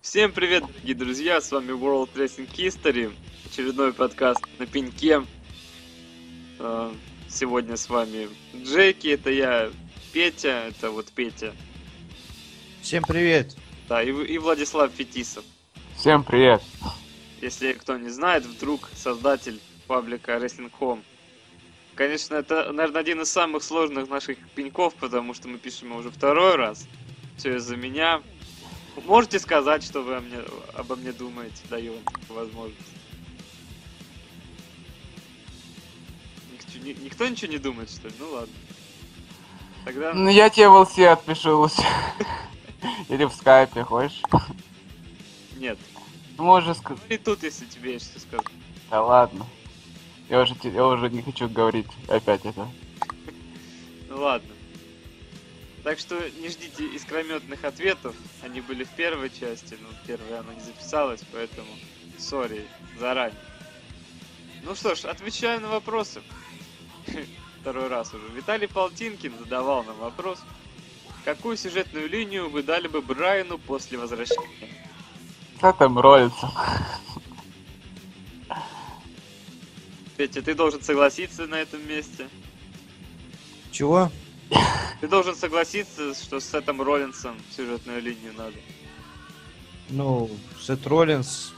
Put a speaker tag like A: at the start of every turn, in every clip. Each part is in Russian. A: Всем привет, дорогие друзья, с вами World Racing History, очередной подкаст на пеньке. Э, Сегодня с вами Джеки, это я, Петя, это вот Петя,
B: Всем привет!
A: да, и, и Владислав Фетисов.
C: Всем привет.
A: Если кто не знает, вдруг создатель паблика Wrestling Home. Конечно, это, наверное, один из самых сложных наших пеньков, потому что мы пишем его уже второй раз. Все из-за меня. Можете сказать, что вы о мне- обо мне думаете, даю вам такую возможность. Никто, ни- никто ничего не думает, что ли? Ну ладно. Тогда...
C: Ну я тебе в LC отпишу лучше. Или в скайпе, хочешь?
A: Нет.
C: Ну, Можешь сказать.
A: И тут, если тебе есть что сказать.
C: Да ладно. Я уже, те- я уже не хочу говорить опять это.
A: Ну ладно. Так что не ждите искрометных ответов. Они были в первой части, но первая она не записалась, поэтому сори заранее. Ну что ж, отвечаю на вопросы. Второй раз уже. Виталий Полтинкин задавал нам вопрос. Какую сюжетную линию вы дали бы Брайану после возвращения?
C: Что там ролится?
A: Петя, ты должен согласиться на этом месте.
B: Чего?
A: Ты должен согласиться, что с Сетом Роллинсом сюжетную линию надо.
B: Ну, Сет Роллинс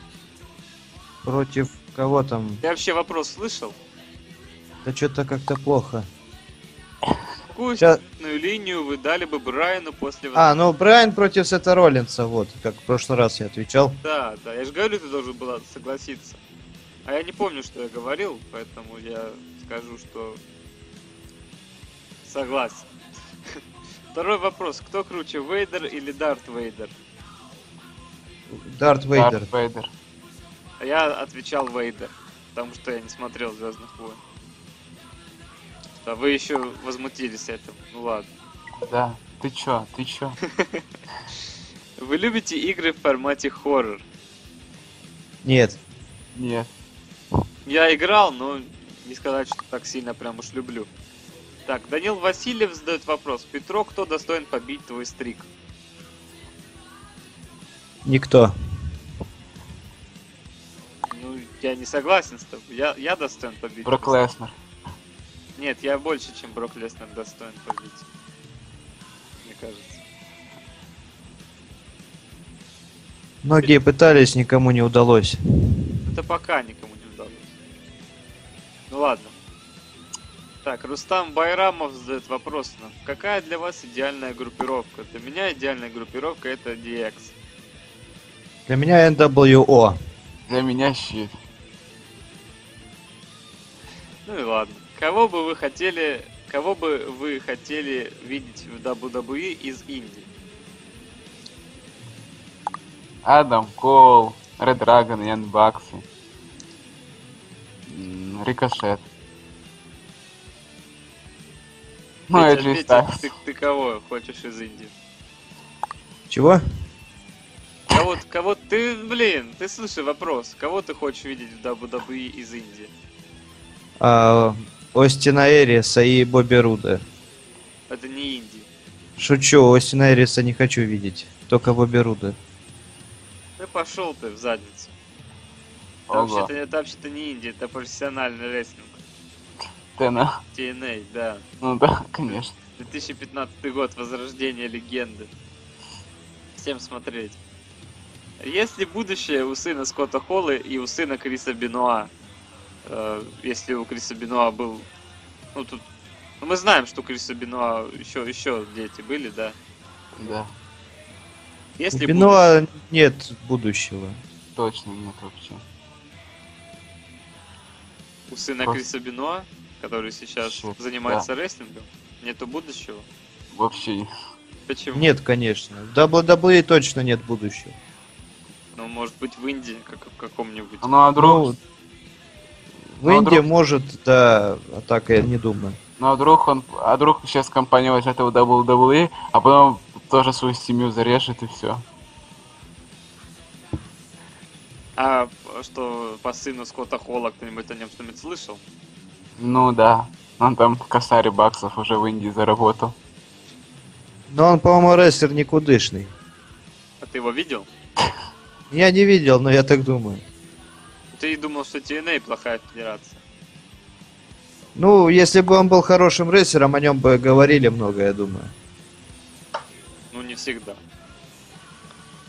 B: против кого там?
A: Я вообще вопрос слышал.
B: Да что-то как-то плохо.
A: Какую
B: Ща-
A: сюжетную линию вы дали бы Брайану после...
B: А, ну Брайан против Сета Роллинса, вот, как в прошлый раз я отвечал.
A: Да, да, я же говорю, ты должен была согласиться. А я не помню, что я говорил, поэтому я скажу, что согласен. Второй вопрос. Кто круче, Вейдер или Дарт Вейдер?
B: Дарт Вейдер.
C: Дарт Вейдер.
A: А я отвечал Вейдер, потому что я не смотрел Звездных войн. Да вы еще возмутились этому. Ну ладно.
C: Да. Ты чё? Ты чё?
A: Вы любите игры в формате хоррор?
B: Нет.
C: Нет.
A: Я играл, но не сказать, что так сильно прям уж люблю. Так, Данил Васильев задает вопрос. Петро, кто достоин побить твой стрик?
B: Никто.
A: Ну, я не согласен с тобой. Я, я достоин побить.
C: Брок
A: твой
C: Леснер.
A: стрик. Нет, я больше, чем Брок Леснер достоин побить. Мне кажется.
B: Многие пытались, никому не удалось.
A: Это пока никому не удалось. Ну ладно. Так, Рустам Байрамов задает вопрос нам. Какая для вас идеальная группировка? Для меня идеальная группировка это DX.
B: Для меня NWO.
C: Для меня щит.
A: Ну и ладно. Кого бы вы хотели, кого бы вы хотели видеть в WWE из Индии?
C: Адам Кол, Ред Драгон, Ян Баксы. М, Рикошет. Ну,
A: Петя,
C: Эджи
A: Петя,
C: Стайлз.
A: ты, ты кого хочешь из Индии?
B: Чего?
A: Кого, кого ты, блин, ты слушай вопрос. Кого ты хочешь видеть в WWE из Индии?
B: А, Остина Эриса и Бобби Руда.
A: Это не Индия.
B: Шучу, Остина Эриса не хочу видеть. Только Бобби Руда.
A: Ты пошел ты в задницу. Это
C: Ого.
A: вообще-то, это вообще-то не Индия, это профессиональный рестлинг.
C: Тена.
A: TNA, да.
C: Ну да, конечно.
A: 2015 год, возрождение легенды. Всем смотреть. Есть ли будущее у сына Скотта Холла и у сына Криса Бенуа? Э, если у Криса Бенуа был... Ну, тут... ну, мы знаем, что у Криса Бенуа еще, еще дети были, да?
C: Да,
B: У
A: Если
B: Бенуа нет будущего.
C: точно нет вообще.
A: у сына
C: Просто-
A: Криса Бенуа, который сейчас
C: Щит,
A: занимается рестлингом, нету будущего?
C: Вообще не-
A: Почему?
B: Нет, конечно. В WWE точно нет будущего.
A: Ну, может быть, в Индии, как в каком-нибудь.
C: Ну а
B: Ну,
C: друг,
B: в
C: Ну, а
B: Индии
C: друг-
B: может, да, а так я не думаю.
C: ну а друг он, а друг сейчас компания возьмет этого WWE, а потом тоже свою семью зарежет и все.
A: А что по сыну Скотта Холла кто-нибудь о нем что-нибудь слышал?
C: Ну да, он там косарь баксов уже в Индии заработал.
B: Но он, по-моему, рестлер никудышный.
A: А ты его видел?
B: Я не видел, но я так думаю.
A: Ты думал, что TNA плохая федерация.
B: Ну, если бы он был хорошим рейсером, о нем бы говорили много, я думаю.
A: Ну, не всегда.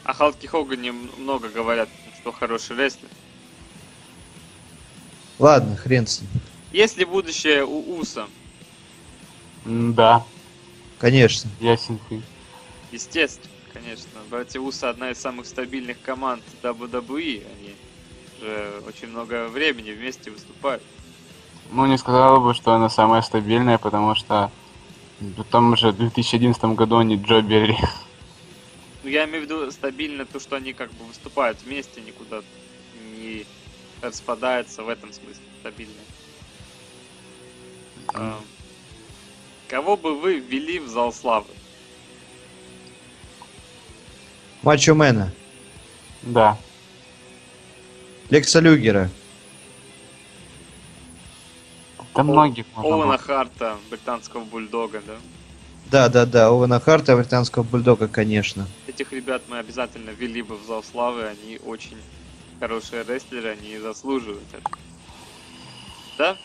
A: О Халке Хогане м- много говорят, что хороший рестлер.
B: Ладно, хрен с ним.
A: Есть ли будущее у Уса?
C: Да,
B: Конечно.
C: ясен ты.
A: Естественно, конечно. Братья Уса одна из самых стабильных команд WWE. Они же очень много времени вместе выступают.
C: Ну, не сказала бы, что она самая стабильная, потому что в том же 2011 году они джобили.
A: Ну, я имею в виду стабильно то, что они как бы выступают вместе, никуда не распадаются в этом смысле. Стабильно. А, Кого бы вы ввели в зал славы?
B: Мачо Мэна,
C: Да.
B: Лекса Люгера,
C: Да многих можно
A: Оуэна
C: было.
A: Харта, британского бульдога, да?
B: да-да-да, Овена Харта, британского бульдога, конечно.
A: Этих ребят мы обязательно ввели бы в зал славы, они очень хорошие рестлеры, они заслуживают этого. Да?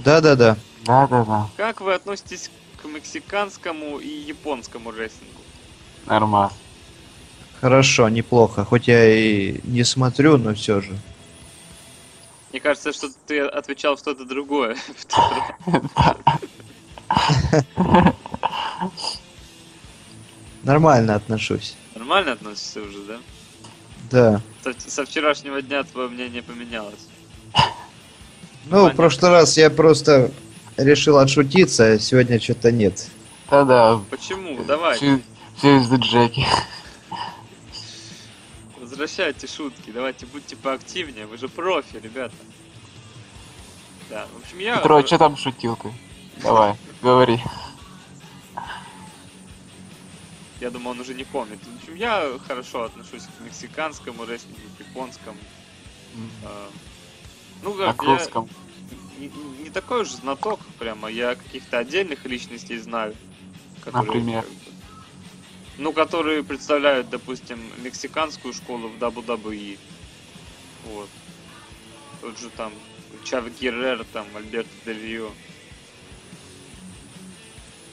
B: Да-да-да.
C: Да-да-да,
A: Как вы относитесь к мексиканскому и японскому рестлингу?
C: нормас.
B: Хорошо, неплохо. Хоть я и не смотрю, но все же.
A: Мне кажется, что ты отвечал что-то другое. в тот раз.
B: Нормально отношусь.
A: Нормально относишься уже, да?
B: Да.
A: Со- Со вчерашнего дня твое мнение поменялось.
B: Ну,
A: Понятно.
B: в прошлый раз я просто решил отшутиться, а сегодня что-то нет.
C: Да-да,
A: Почему? Ну, Давай,
C: все все из-за Джеки.
A: возвращайте шутки, давайте будьте поактивнее, вы же профи, ребята. Да, в общем, я...
C: Петро, что там шутил ты? Давай, говори.
A: Я думаю, он уже не помнит. В общем, я хорошо отношусь к мексиканскому рестлингу, к японскому. э, ну,
C: На
A: как я
C: крупском.
A: не, не такой уж знаток прямо, я каких-то отдельных личностей знаю.
C: Например?
A: как бы, ну, которые представляют, допустим, мексиканскую школу в WWE. Вот. Тот же там Чав Геррер, там Альберто Дель Рио.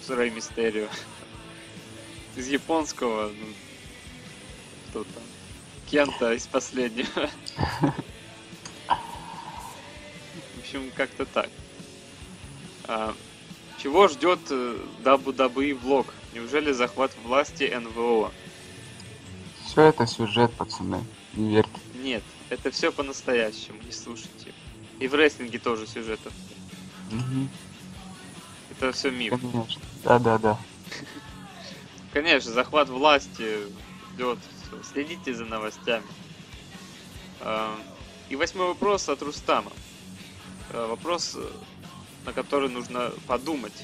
A: С Рэй Мистерио. Из японского, ну, кто там? Кента из последнего. В общем, как-то так. А, чего ждет дабу дабы влог? Неужели захват власти НВО?
C: Все это сюжет, пацаны. Не верьте.
A: Нет, это все по-настоящему, не слушайте. И в рестлинге тоже сюжетов. нет.
C: Мгм,
A: Это все миф.
C: Конечно. Да-да-да.
A: Конечно, захват власти идет. Следите за новостями. А, И восьмой вопрос от Рустама. Э, Вопрос, э, на который нужно подумать.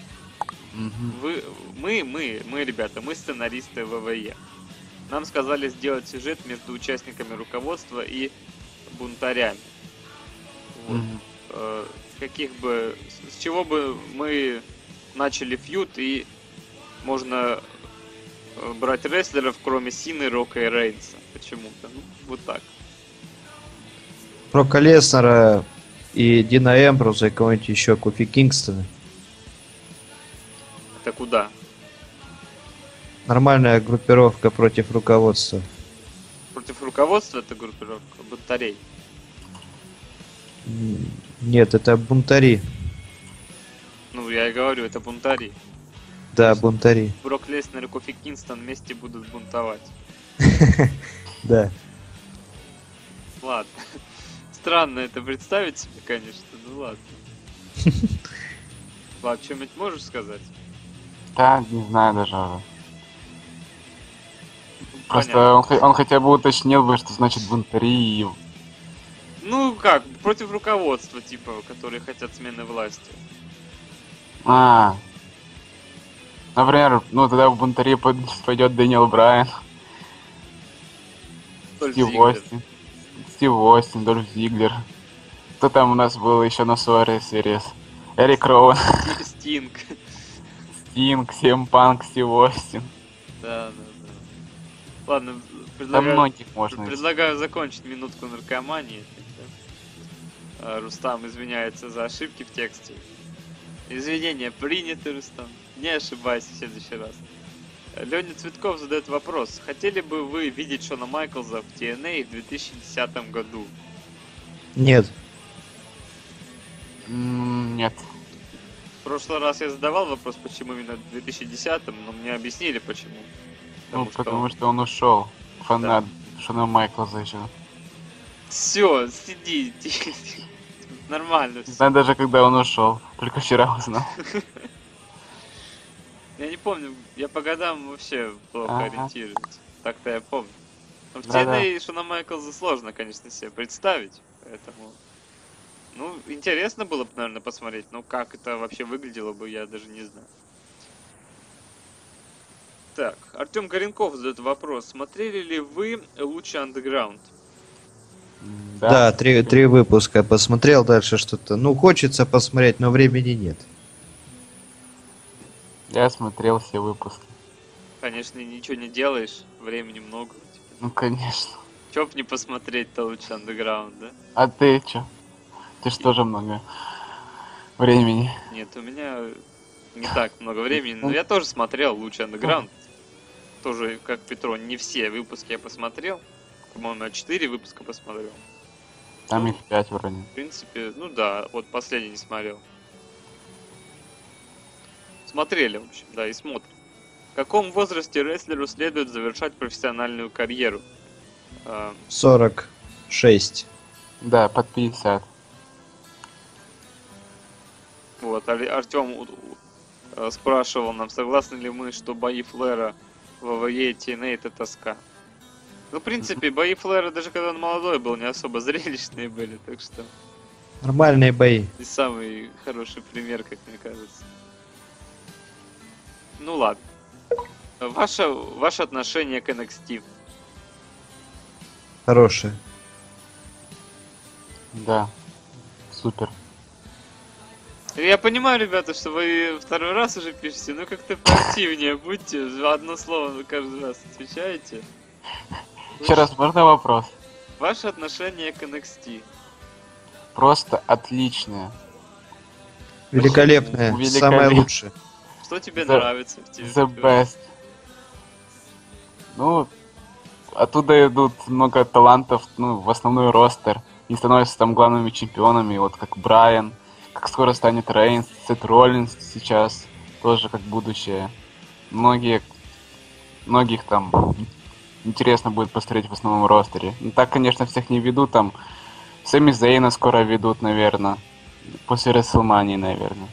C: Мгм.
A: Вы, мы, мы, мы, ребята, мы сценаристы ВВЕ. Нам сказали сделать сюжет между участниками руководства и бунтарями. Вот.
C: Мгм.
A: Э, каких бы, с- с чего бы мы начали фьют и можно э, брать рестлеров, кроме Сины, Рока и Рейнса. Почему-то. Ну, вот так.
B: Про Колеснера и Дина Эмбруса и кого-нибудь еще Кофи Кингстона.
A: Это куда?
B: Нормальная группировка против руководства.
A: Против руководства эта группировка? Бунтарей.
B: М, Нет, это бунтари.
A: Ну, я и говорю, это бунтари.
B: Да, бунтари.
A: Брок Леснер и Кофи Кингстон вместе будут бунтовать.
B: Да.
A: Ладно. Странно это представить себе, конечно, ну ладно. Влад, что-нибудь можешь сказать?
C: Да, не знаю даже.
A: Ну, понятно.
C: Просто он, хо- он хотя бы уточнил бы, что значит бунтари и
A: Ну как, против руководства, типа, которые хотят смены власти.
C: А. Например, ну тогда в бунтари под- пойдет Дэниел Брайан,
A: Только
C: Стив Остин, Стив Остин, Дольф Зиглер. Кто там у нас был еще на Суаре Сирис? Эрик Роуэн,
A: Стинг.
C: Стинг, Сем Панк, Стив Остин.
A: Да, да, да. Ладно,
C: Там
A: Предлагаю,
C: многих можно.
A: предлагаю закончить минутку наркомании. А, Рустам извиняется за ошибки в тексте. Извинения приняты, Рустам. Не ошибайся в следующий раз. Леня Цветков задает вопрос. Хотели бы вы видеть Шона Майклза в TNA в 2010 году?
B: Нет.
C: М, Нет.
A: В прошлый раз я задавал вопрос, почему именно в 2010, но мне объяснили почему.
C: Ну, потому что он ушел. Фанат Шона Майклза еще.
A: Все, сиди, тихо, тихо. Нормально
C: Не
A: все.
C: знаю даже, когда он ушел. Только вчера узнал.
A: Я не помню, я по годам вообще плохо
C: Ага.
A: ориентируюсь. Так-то я помню. Но в
C: Да-да.
A: TNA Шона Майклза сложно, конечно, себе представить, поэтому... Ну, интересно было бы, наверное, посмотреть, но как это вообще выглядело бы, я даже не знаю. Так, Артем Горенков задает вопрос. Смотрели ли вы лучше Underground?
C: М,
B: Да, три, три выпуска посмотрел дальше что-то. Ну, хочется посмотреть, но времени нет.
C: Я смотрел все выпуски.
A: Конечно, ничего не делаешь, времени много. у тебя.
C: Ну, конечно.
A: Чё б не посмотреть-то лучше Underground, да?
C: А ты чё? Ты ж тоже много времени.
A: Нет, у меня не так много времени, но я тоже смотрел лучше Underground. Тоже, как Петро, не все выпуски я посмотрел. По-моему, я 4 выпуска посмотрел.
C: Там их пять вроде.
A: В принципе, ну да, вот последний не смотрел. Смотрели, в общем, да, и смотрим. В каком возрасте рестлеру следует завершать профессиональную карьеру? Э,
B: 46.
C: Да, под 50.
A: Вот, Артем э, спрашивал нам, согласны ли мы, что бои Флэра в ВВЕ и TNA это тоска. Ну, в принципе, бои Флэра, даже когда он молодой был, не особо зрелищные были, так что
B: Нормальные бои.
A: не самый хороший пример, как мне кажется. Ну ладно. Ваше, ваше отношение к NXT.
B: Хорошие.
C: Да. Супер.
A: Я понимаю, ребята, что вы второй раз уже пишете, но как-то поактивнее будьте. Одно слово каждый раз отвечаете.
C: Еще раз, можно вопрос?
A: Ваше отношение к NXT.
C: Просто отличное.
B: Великолепные.
C: Великолепно.
B: Самое лучшее.
A: Что тебе
C: The-
A: нравится в тебе?
C: The best. Ну, оттуда идут много талантов, ну, в основной ростер. И становятся там главными чемпионами, вот как Брайан, как скоро станет Рейнс, Сет Роллинс сейчас, тоже как будущее. Многие, многих там интересно будет посмотреть в основном ростере. Ну, так, конечно, всех не ведут, там Сэмми Зейна скоро ведут, наверное. После Расселмании, наверное.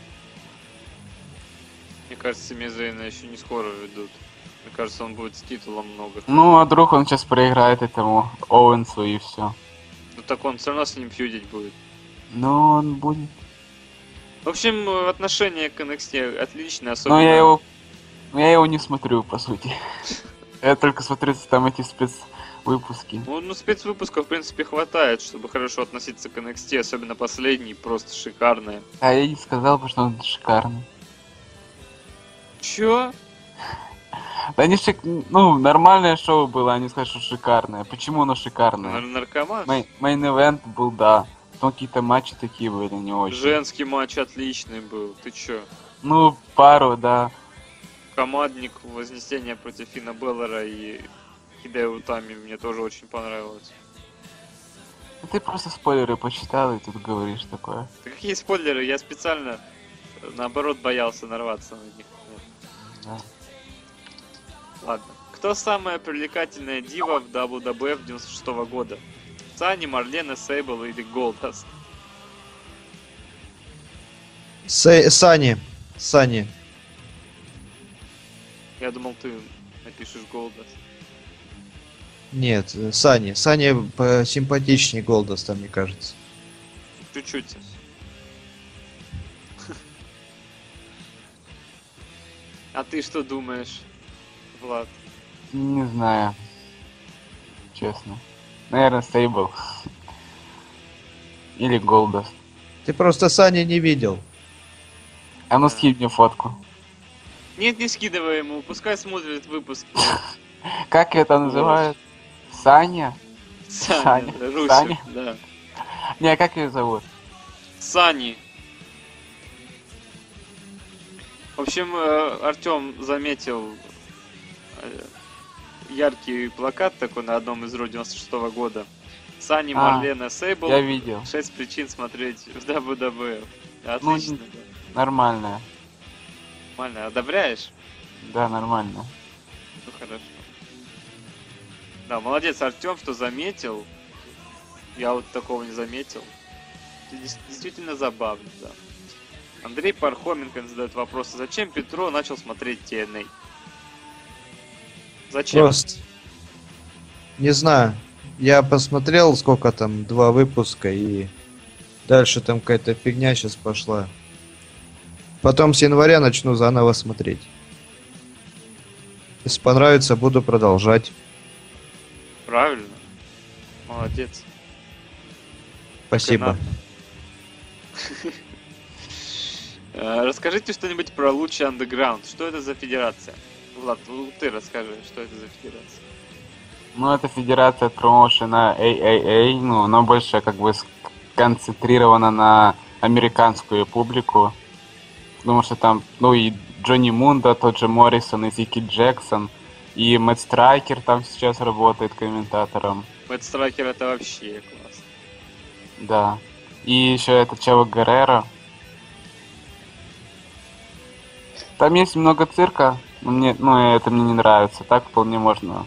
A: Мне кажется, Мизейна еще не скоро ведут. Мне кажется, он будет с титулом много.
C: Ну, а вдруг он сейчас проиграет этому Оуэнсу и все.
A: Ну так он все равно с ним фьюдить будет.
C: Ну, он будет.
A: В общем, э, отношение к NXT отличное, особенно...
C: Но я его... ну, я его не смотрю, по сути. Я только смотрю там эти спецвыпуски.
A: Ну, ну, спецвыпусков, в принципе, хватает, чтобы хорошо относиться к NXT, особенно последний, просто шикарное.
C: А я не сказал бы, что он шикарный.
A: Чё?
C: Да они шик... Ну, нормальное шоу было, а не сказать, что шикарное. Почему оно шикарное?
A: Наверное, наркоман?
C: Мейн-эвент был, да. Потом какие-то матчи такие были не очень.
A: Женский матч отличный был, ты чё?
C: Ну, пару, да.
A: Командник Вознесения против Фина Беллера и Хидео Утами мне тоже очень понравилось.
C: Ну, Ты просто спойлеры почитал и тут говоришь такое.
A: Да какие спойлеры, я специально э, наоборот боялся нарваться на них. Нет,
C: Да.
A: Ладно. Кто самая привлекательная дива в WWF 96 года? Сани, Марлена, Сейбл или Голдаст?
B: Сэ- Сани. Сани.
A: Я думал, ты напишешь Голдаст.
B: Нет, э, Сани. Сани э, симпатичнее Голдоста, мне кажется.
A: Чуть-чуть. А ты что думаешь, Влад?
C: Не знаю. Честно. Наверное, Стейбл. Или Голдос.
B: Ты просто Сани не видел.
C: А ну скинь мне фотку.
A: Нет, не скидывай ему, пускай смотрит выпуск.
C: Как это называют? Саня?
A: Саня,
C: Саня.
A: Русик,
C: Саня?
A: да.
C: Не, а как ее зовут?
A: Сани. В общем, Артем заметил э, яркий плакат такой на одном из Ру 96 года. Сани,
C: А,
A: Марлена, Сейбл.
C: Я видел.
A: Шесть причин смотреть в WWE. Отлично.
C: Ну,
A: да.
C: Нормальная.
A: Нормально. Одобряешь?
C: Да, нормальная.
A: Ну хорошо. Да, молодец Артем, что заметил. Я вот такого не заметил. Это дес- Действительно забавно, да. Андрей Пархоменко задает вопрос, «А зачем Петро начал смотреть TNA? Зачем?
B: Просто. Не знаю. Я посмотрел, сколько там, два выпуска, и дальше там какая-то фигня сейчас пошла. Потом с января начну заново смотреть. Если понравится, буду продолжать.
A: Правильно. Молодец.
B: Спасибо.
A: надо. Э, Расскажите что-нибудь про Лучи Underground. Что это за федерация? Влад, ну, ты расскажи, что это за федерация.
C: Ну, это федерация промоушена AAA, ну, она больше как бы сконцентрирована на американскую публику, потому что там, ну, и Джонни Мунда, тот же Моррисон, и Зики Джексон, и Мэтт Страйкер там сейчас работает комментатором,
A: Мэтт Страйкер это вообще класс.
C: да. И еще это Чава Геррера. Там есть много цирка, но мне, ну, это мне не нравится, так вполне можно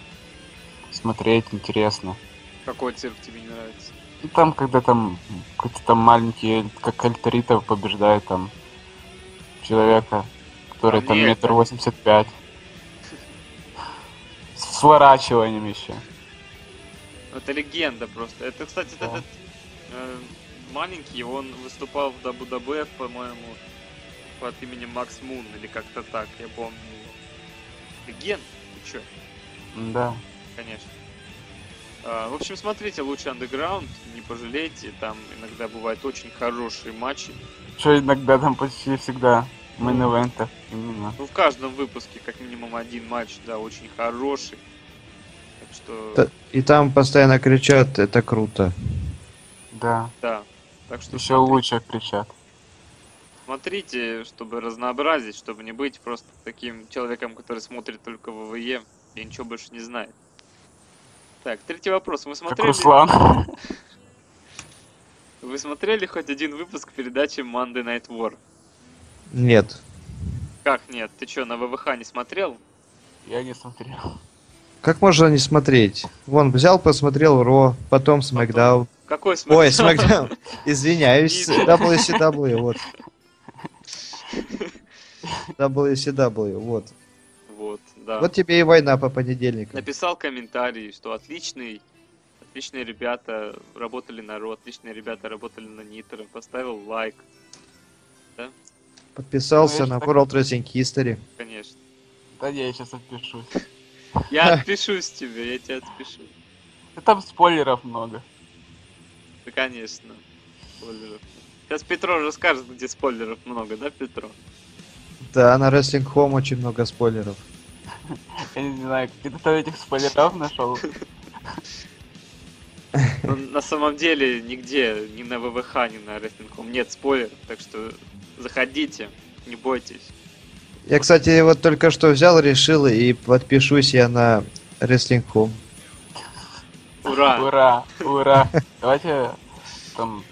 C: смотреть, интересно.
A: Какой цирк тебе не нравится?
C: Ну, Там, когда там какие-то там маленькие, как Альтеритов побеждает там человека, который
A: А
C: там
A: мне
C: метр
A: это-
C: восемьдесят пять. С сворачиванием еще.
A: Это легенда просто. Это, кстати,
C: Да.
A: этот э, маленький, он выступал в WWF, по-моему, под именем Макс Мун или как-то так, я помню. его. Легенда? Ты чё?
C: Да.
A: конечно. А, В общем, смотрите лучше Underground, не пожалейте, там иногда бывают очень хорошие матчи.
C: Что иногда там почти всегда мейн-эвентах именно.
A: Ну, в каждом выпуске как минимум один матч, да, очень хороший. Так что,
B: Т- И там постоянно кричат, это круто.
C: Да.
A: да. Так что
C: Еще лучше кричат.
A: смотрите, чтобы разнообразить, чтобы не быть просто таким человеком, который смотрит только ВВЕ и ничего больше не знает. Так, третий вопрос. Мы
C: Как
A: смотрели...
C: Руслан.
A: Вы смотрели хоть один выпуск передачи Monday Night War?
B: Нет.
A: Как нет? Ты чё, на ВВХ не смотрел?
C: Я не смотрел.
B: Как можно не смотреть? Вон, взял, посмотрел Ро, потом Смакдаун.
A: Какой смысл?
B: Ой, Смакдаун. Извиняюсь,
A: И-
B: WCW, вот. WCW, вот.
A: Вот, да.
B: Вот тебе и война по понедельникам.
A: Написал комментарий, что отличный, отличные ребята работали на Ро, отличные ребята работали на Нитро, поставил лайк,
B: Подписался на
C: Знаешь, так-
B: World Wrestling History.
A: конечно.
C: Да не, я сейчас отпишусь.
A: Я отпишусь тебе, я тебя отпишу.
C: Да Там спойлеров много.
A: Да, конечно. Спойлеров. Сейчас Петро расскажет, где спойлеров много, да, Петро?
B: Да, на Wrestling Home очень много спойлеров.
C: Я не знаю, где ты там этих спойлеров нашел?
A: Но на самом деле нигде, ни на ВВХ, ни на Wrestling.com нет спойлеров, так что заходите, не бойтесь.
B: Я, кстати, вот только что взял, решил и подпишусь я на Wrestling Home.
A: Ура!
C: Ура, ура. Давайте там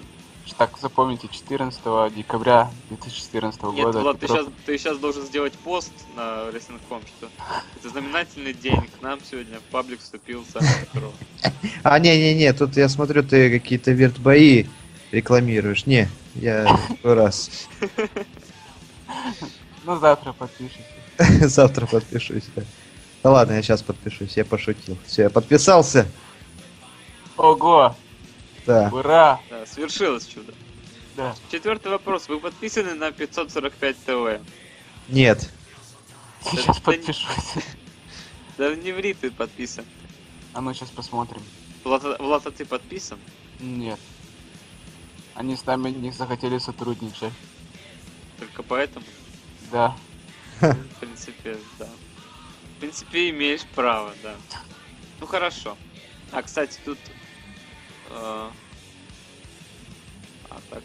C: ж так запомните 14 декабря 2014
A: Нет,
C: года.
A: Влад, ты
C: Петров-
A: сейчас, ты сейчас должен сделать пост на Wrestling.com, что это знаменательный день, к нам сегодня в паблик вступил сам Петро.
B: А, не-не-не, тут я смотрю, ты какие-то виртбои рекламируешь. Не, я второй раз.
C: Ну завтра подпишите.
B: Завтра подпишусь, да. Да ладно, я сейчас подпишусь, я пошутил. Все, я подписался.
C: Ого,
B: Да.
C: ура,
A: Да, свершилось чудо.
C: да.
A: Четвертый вопрос. Вы подписаны на 545 ТВ?
B: Нет.
C: Сейчас
A: Да-
C: подпишусь.
A: Да не ври, ты подписан.
C: А ну сейчас посмотрим.
A: Влад, а- Влад, а ты подписан?
C: Нет. Они с нами не захотели сотрудничать.
A: Только поэтому?
C: Да.
A: В принципе, да. В принципе, имеешь право, да. Ну хорошо. А, кстати, тут... э, а так,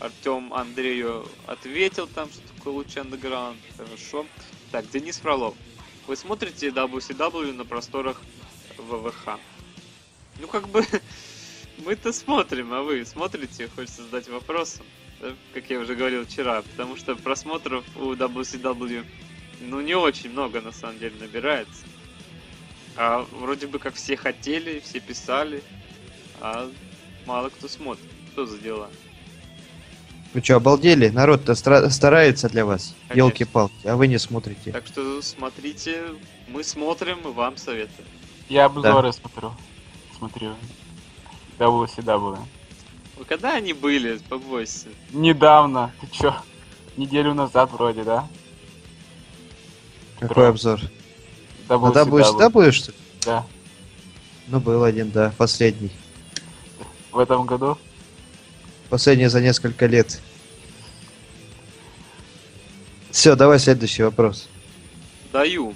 A: Артем Андрею ответил там, что такое лучший андеграунд. Хорошо. Так, Денис Фролов. Вы смотрите WCW на просторах ВВХ? Ну, как бы, мы-то смотрим, а вы смотрите? Хочется задать вопрос, да, как я уже говорил вчера, потому что просмотров у WCW, ну, не очень много, на самом деле, набирается. А вроде бы как все хотели, все писали, а мало кто смотрит. Что за дела?
B: Вы что, обалдели? Народ-то стра- старается для вас.
A: Конечно.
B: Елки-палки, а вы не смотрите.
A: Так что смотрите, мы смотрим и вам советуем.
C: Я обзоры смотрю. Смотрю. WCW.
A: Вы когда они были, побойся?
C: Недавно, ты чё? Неделю назад вроде, да?
B: Какой
C: Здорово.
B: обзор?
C: WCW.
B: А WCW, что ли?
C: Да.
B: Ну, был один, да, последний.
C: В этом году.
B: Последний за несколько лет. Все, давай следующий вопрос.
A: Даю.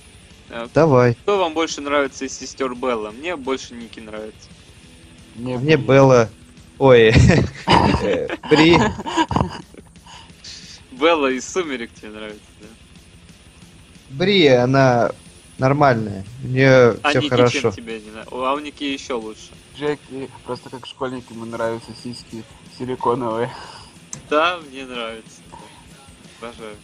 A: Э,
B: Давай.
A: Кто вам больше нравится из сестер Белла? Мне больше Ники нравится.
C: Мне,
B: Мне было... Ой, э, при...
A: Белла из Сумерек тебе нравится, да?
B: Бри, она нормальная. У нее
A: А
B: все
A: Ники
B: хорошо.
A: чем тебе не нравится? А у Ники еще лучше.
C: Джеки, просто как школьник, ему нравятся сиськи силиконовые.
A: Да, мне нравится. Обожаю.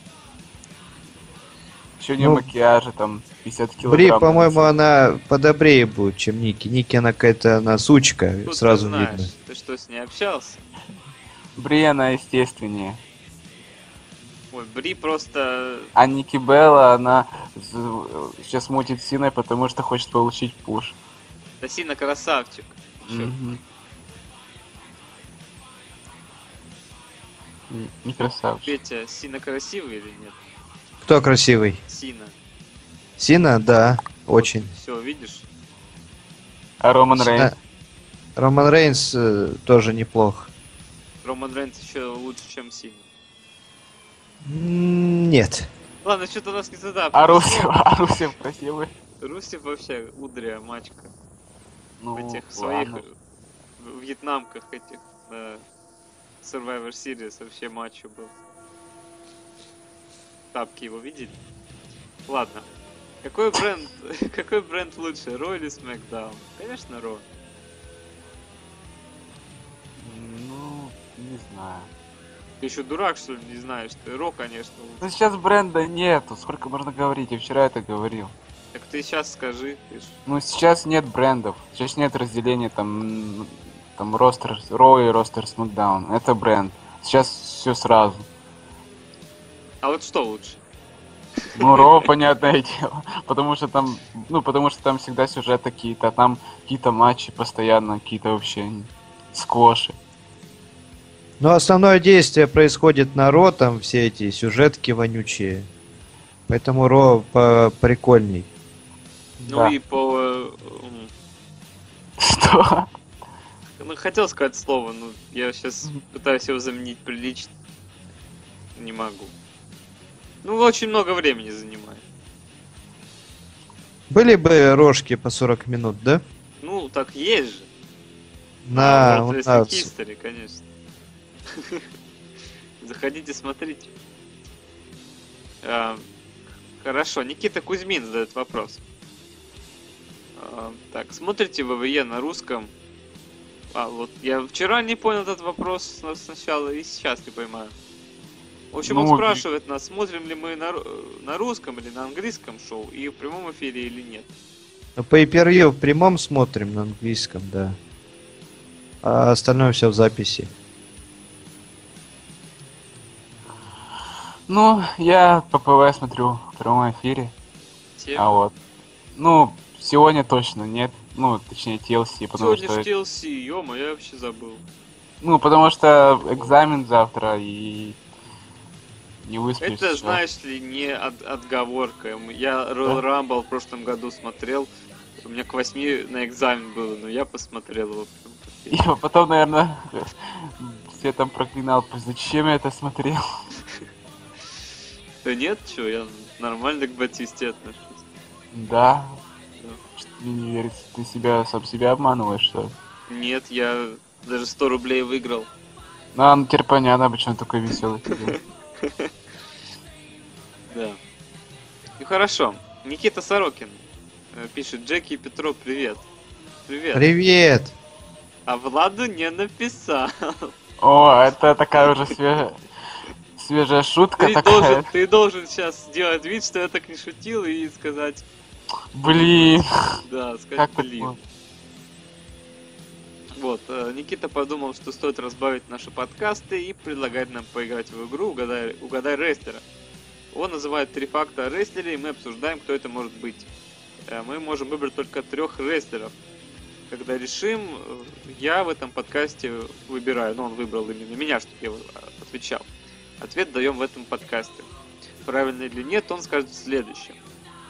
C: Еще не
B: Ну,
C: макияжа, там 50 килограмм.
B: Бри, по-моему, она подобрее будет, чем Ники. Ники, она какая-то, она сучка,
A: Тут
B: сразу
A: ты знаешь,
B: видно.
A: ты что, с ней общался?
C: Бри, она естественнее.
A: Ой, Бри просто...
C: А Ники Белла, она з- сейчас мутит Синой, потому что хочет получить пуш.
A: Да сильно красавчик. Чё?
C: Мгм. Н- Не красавчик.
A: Петя, Сина красивый или нет?
B: Кто красивый?
A: Сина.
B: Сина, да, очень.
A: Все, видишь?
C: А Роман
B: Сина-
C: Рейнс?
B: Роман Рейнс э, тоже неплох.
A: Роман Рейнс еще лучше, чем Сина.
B: М, Нет.
A: Ладно, что-то нас не туда. понесло.
C: А Русев, а Русев красивый?
A: Русев вообще удря мачка.
C: Ну,
A: в этих своих
C: ладно.
A: в- вьетнамках этих на Survivor Series вообще матчу был. Тапки его видели? Ладно. Какой бренд, какой бренд лучше, Ро или SmackDown? Конечно, Ро.
C: Ну, не знаю.
A: Ты еще дурак, что ли, не знаешь? Ты Ро, конечно. лучше.
C: Ну, сейчас бренда нету, сколько можно говорить, я вчера это говорил.
A: Так ты сейчас скажи. ты ж-
C: Ну, сейчас нет брендов, сейчас нет разделения там, м, там ростер, Роу и ростер Смакдаун, это бренд. Сейчас все сразу.
A: А вот что лучше?
C: Ну, Ро, понятное дело, потому что там, ну, потому что там всегда сюжеты какие-то, а там какие-то матчи постоянно, какие-то вообще сквоши.
B: Но основное действие происходит на Ро, там все эти сюжетки вонючие. Поэтому Ро по- прикольней.
A: Ну
C: Да.
A: и по... э, м,
C: Что?
A: Ну, хотел сказать слово, но я сейчас пытаюсь его заменить прилично. Не могу. Ну, очень много времени занимает.
B: Были бы рожки по 40 минут, да?
A: Ну, так есть же.
B: На,
A: World
B: у
A: Wrestling
B: нас-
A: History, конечно. Заходите, смотрите. А, Хорошо, Никита Кузьмин задает вопрос. А, Так, смотрите ВВЕ на русском? А, вот я вчера не понял этот вопрос с- сначала и сейчас не поймаю. В общем,
C: Ну,
A: он
C: вот-
A: спрашивает нас, смотрим ли мы на, ру- на русском или на английском шоу, и в прямом эфире или нет.
B: Ну,
C: А,
B: Pay per view в прямом смотрим на английском, да. А остальное все в записи.
C: Ну, я ППВ смотрю в прямом эфире,
A: Те-
C: а вот. Ну, сегодня точно нет, ну, точнее, TLC, потому
A: Сегодня
C: что...
A: же TLC, ё я вообще забыл.
C: Ну, потому что экзамен завтра и не высплюсь.
A: Это,
C: всё.
A: знаешь ли, не от- отговорка. М, Я Royal Rumble в прошлом году смотрел. У меня к восьми на экзамен было, но я посмотрел его.
C: И потом, наверное, все там проклинал, «Пусть зачем я это смотрел?
A: Да нет, что, я нормально к Батисте отношусь.
C: Да. что тебе не верится? Ты себя, сам себя обманываешь, что ли?
A: Нет, я даже 100 рублей выиграл.
C: Ну, ну, теперь понятно, почему такой веселый тебе.
A: Да. Ну хорошо. Никита Сорокин э, пишет Джеки и Петро, привет. Привет.
B: Привет!
A: А Владу не написал.
C: О, это такая уже свежая... Свежая шутка
A: Ты
C: такая.
A: должен, ты должен сейчас сделать вид, что я так не шутил, и сказать,
C: Блин,
A: да, сказать,
C: как
A: блин.
C: такое?
A: Вот, э, Никита подумал, что стоит разбавить наши подкасты и предлагает нам поиграть в игру «Угадай, угадай рестлера». Он называет три факта о рестлере, и мы обсуждаем, кто это может быть. Э, Мы можем выбрать только трех рестлеров. Когда решим, э, я в этом подкасте выбираю, но он выбрал именно меня, чтобы я э, отвечал. Ответ даем в этом подкасте. Правильно или нет, он скажет следующее.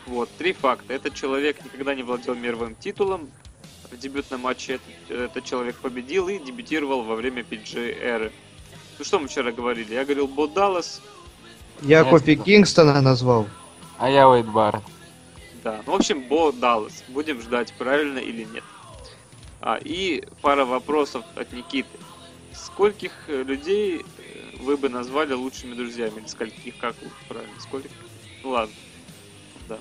A: Вот, три факта. Этот человек никогда не владел мировым титулом, в дебютном матче этот, этот человек победил и дебютировал во время PG эры. Ну что мы вчера говорили? Я говорил Бо Даллас,
B: Я
C: Ясно.
B: Кофи Кингстона назвал.
C: А я Уэйд Барретт.
A: да. Ну, в общем, Бо Даллас. Будем ждать, правильно или нет. А, и пара вопросов от Никиты. Скольких э, людей э, вы бы назвали лучшими друзьями? Или скольких, как лучше, правильно? Скольких? Ну, ладно. Да.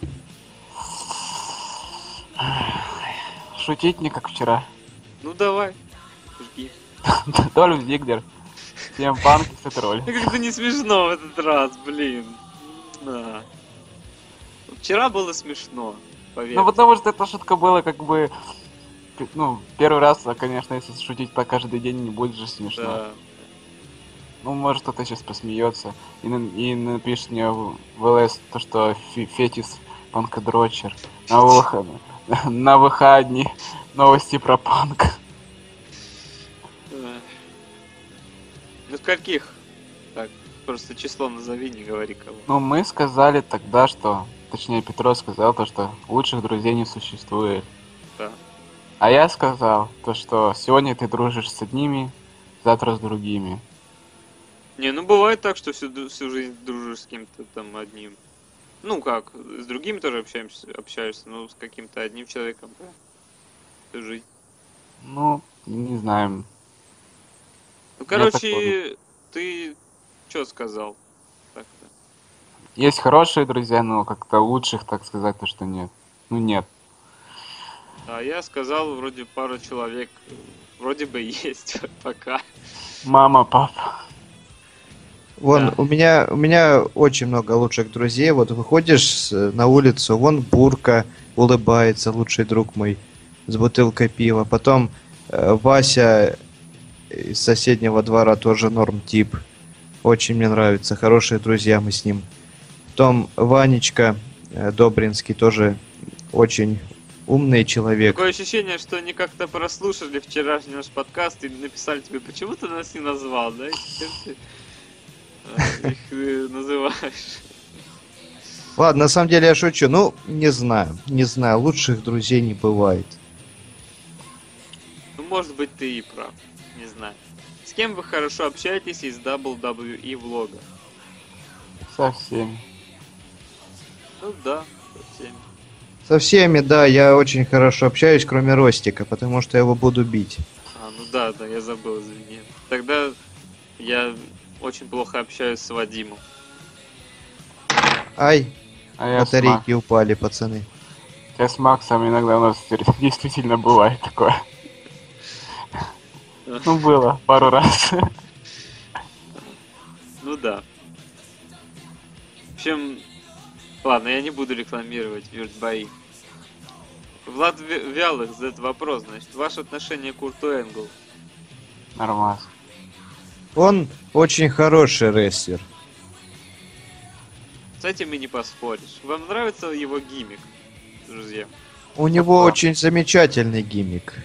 C: Шутить не как вчера.
A: Ну давай, жги.
C: Дольф Зиглер. Всем панк и тролль.
A: Ну, Как-то не смешно в этот раз, блин. Да. Вчера было смешно, поверь.
C: Ну, потому что эта шутка была как бы... Ну, первый раз, а, конечно, если шутить по каждый день, не будет же смешно.
A: Да.
C: Ну, может, кто-то сейчас посмеется и, на- и напишет мне в, в ЛС то, что фе- фетис панкодрочер. На выход... На выходе новости про панк.
A: Э. Ну каких? Так, просто число назови, не говори кого.
C: Ну, мы сказали тогда, что... Точнее, Петро сказал то, что лучших друзей не существует.
A: Да.
C: А я сказал то, что сегодня ты дружишь с одними, завтра с другими.
A: Не, ну бывает так, что всю, ду- всю жизнь дружишь с кем-то там одним. Ну как, с другими тоже общаемся, общаешься, но с каким-то одним человеком. да, Всю жизнь.
C: Ну, не знаю.
A: Ну
C: понял.
A: короче, ты что сказал? Так-то.
C: Есть хорошие друзья, но как-то лучших, так сказать, то, что нет. Ну, нет.
A: А я сказал, вроде пару человек, вроде бы есть пока.
C: Мама, папа.
B: Вон,
A: Да.
B: у меня у меня очень много лучших друзей. Вот выходишь с- на улицу, вон Бурка улыбается, лучший друг мой, с бутылкой пива. Потом э, Вася из соседнего двора тоже норм тип. Очень мне нравится, хорошие друзья мы с ним. Потом Ванечка э, Добринский тоже очень умный человек.
A: Такое ощущение, что они как-то прослушали вчерашний наш подкаст и написали тебе, почему ты нас не назвал, да? И теперь ты, э, Их э, называешь.
B: Ладно, на самом деле я шучу. Ну, не знаю, не знаю, лучших друзей не бывает.
A: Ну, может быть, ты и прав. Не знаю. С кем вы хорошо общаетесь из WWE влога?
C: Со всеми.
A: Ну да, со всеми.
B: Со всеми, да, я очень хорошо общаюсь, кроме Ростика, потому что я его буду бить.
A: А, ну да, да, я забыл, извини. Тогда я очень плохо общаюсь с Вадимом.
B: Ай,
C: А я с, Мак...
B: батарейки упали, пацаны.
C: я с Максом иногда у нас дер- действительно бывает такое. Ну, было пару раз.
A: Ну да. В общем, ладно, я не буду рекламировать Виртбои. Влад Ви- Вялых задает вопрос, значит, ваше отношение к Курту Энгл.
C: Нормас.
B: Он очень хороший рестлер.
A: С этим и не поспоришь. Вам нравится его гиммик, друзья?
B: У него
C: Да.
B: очень замечательный гиммик.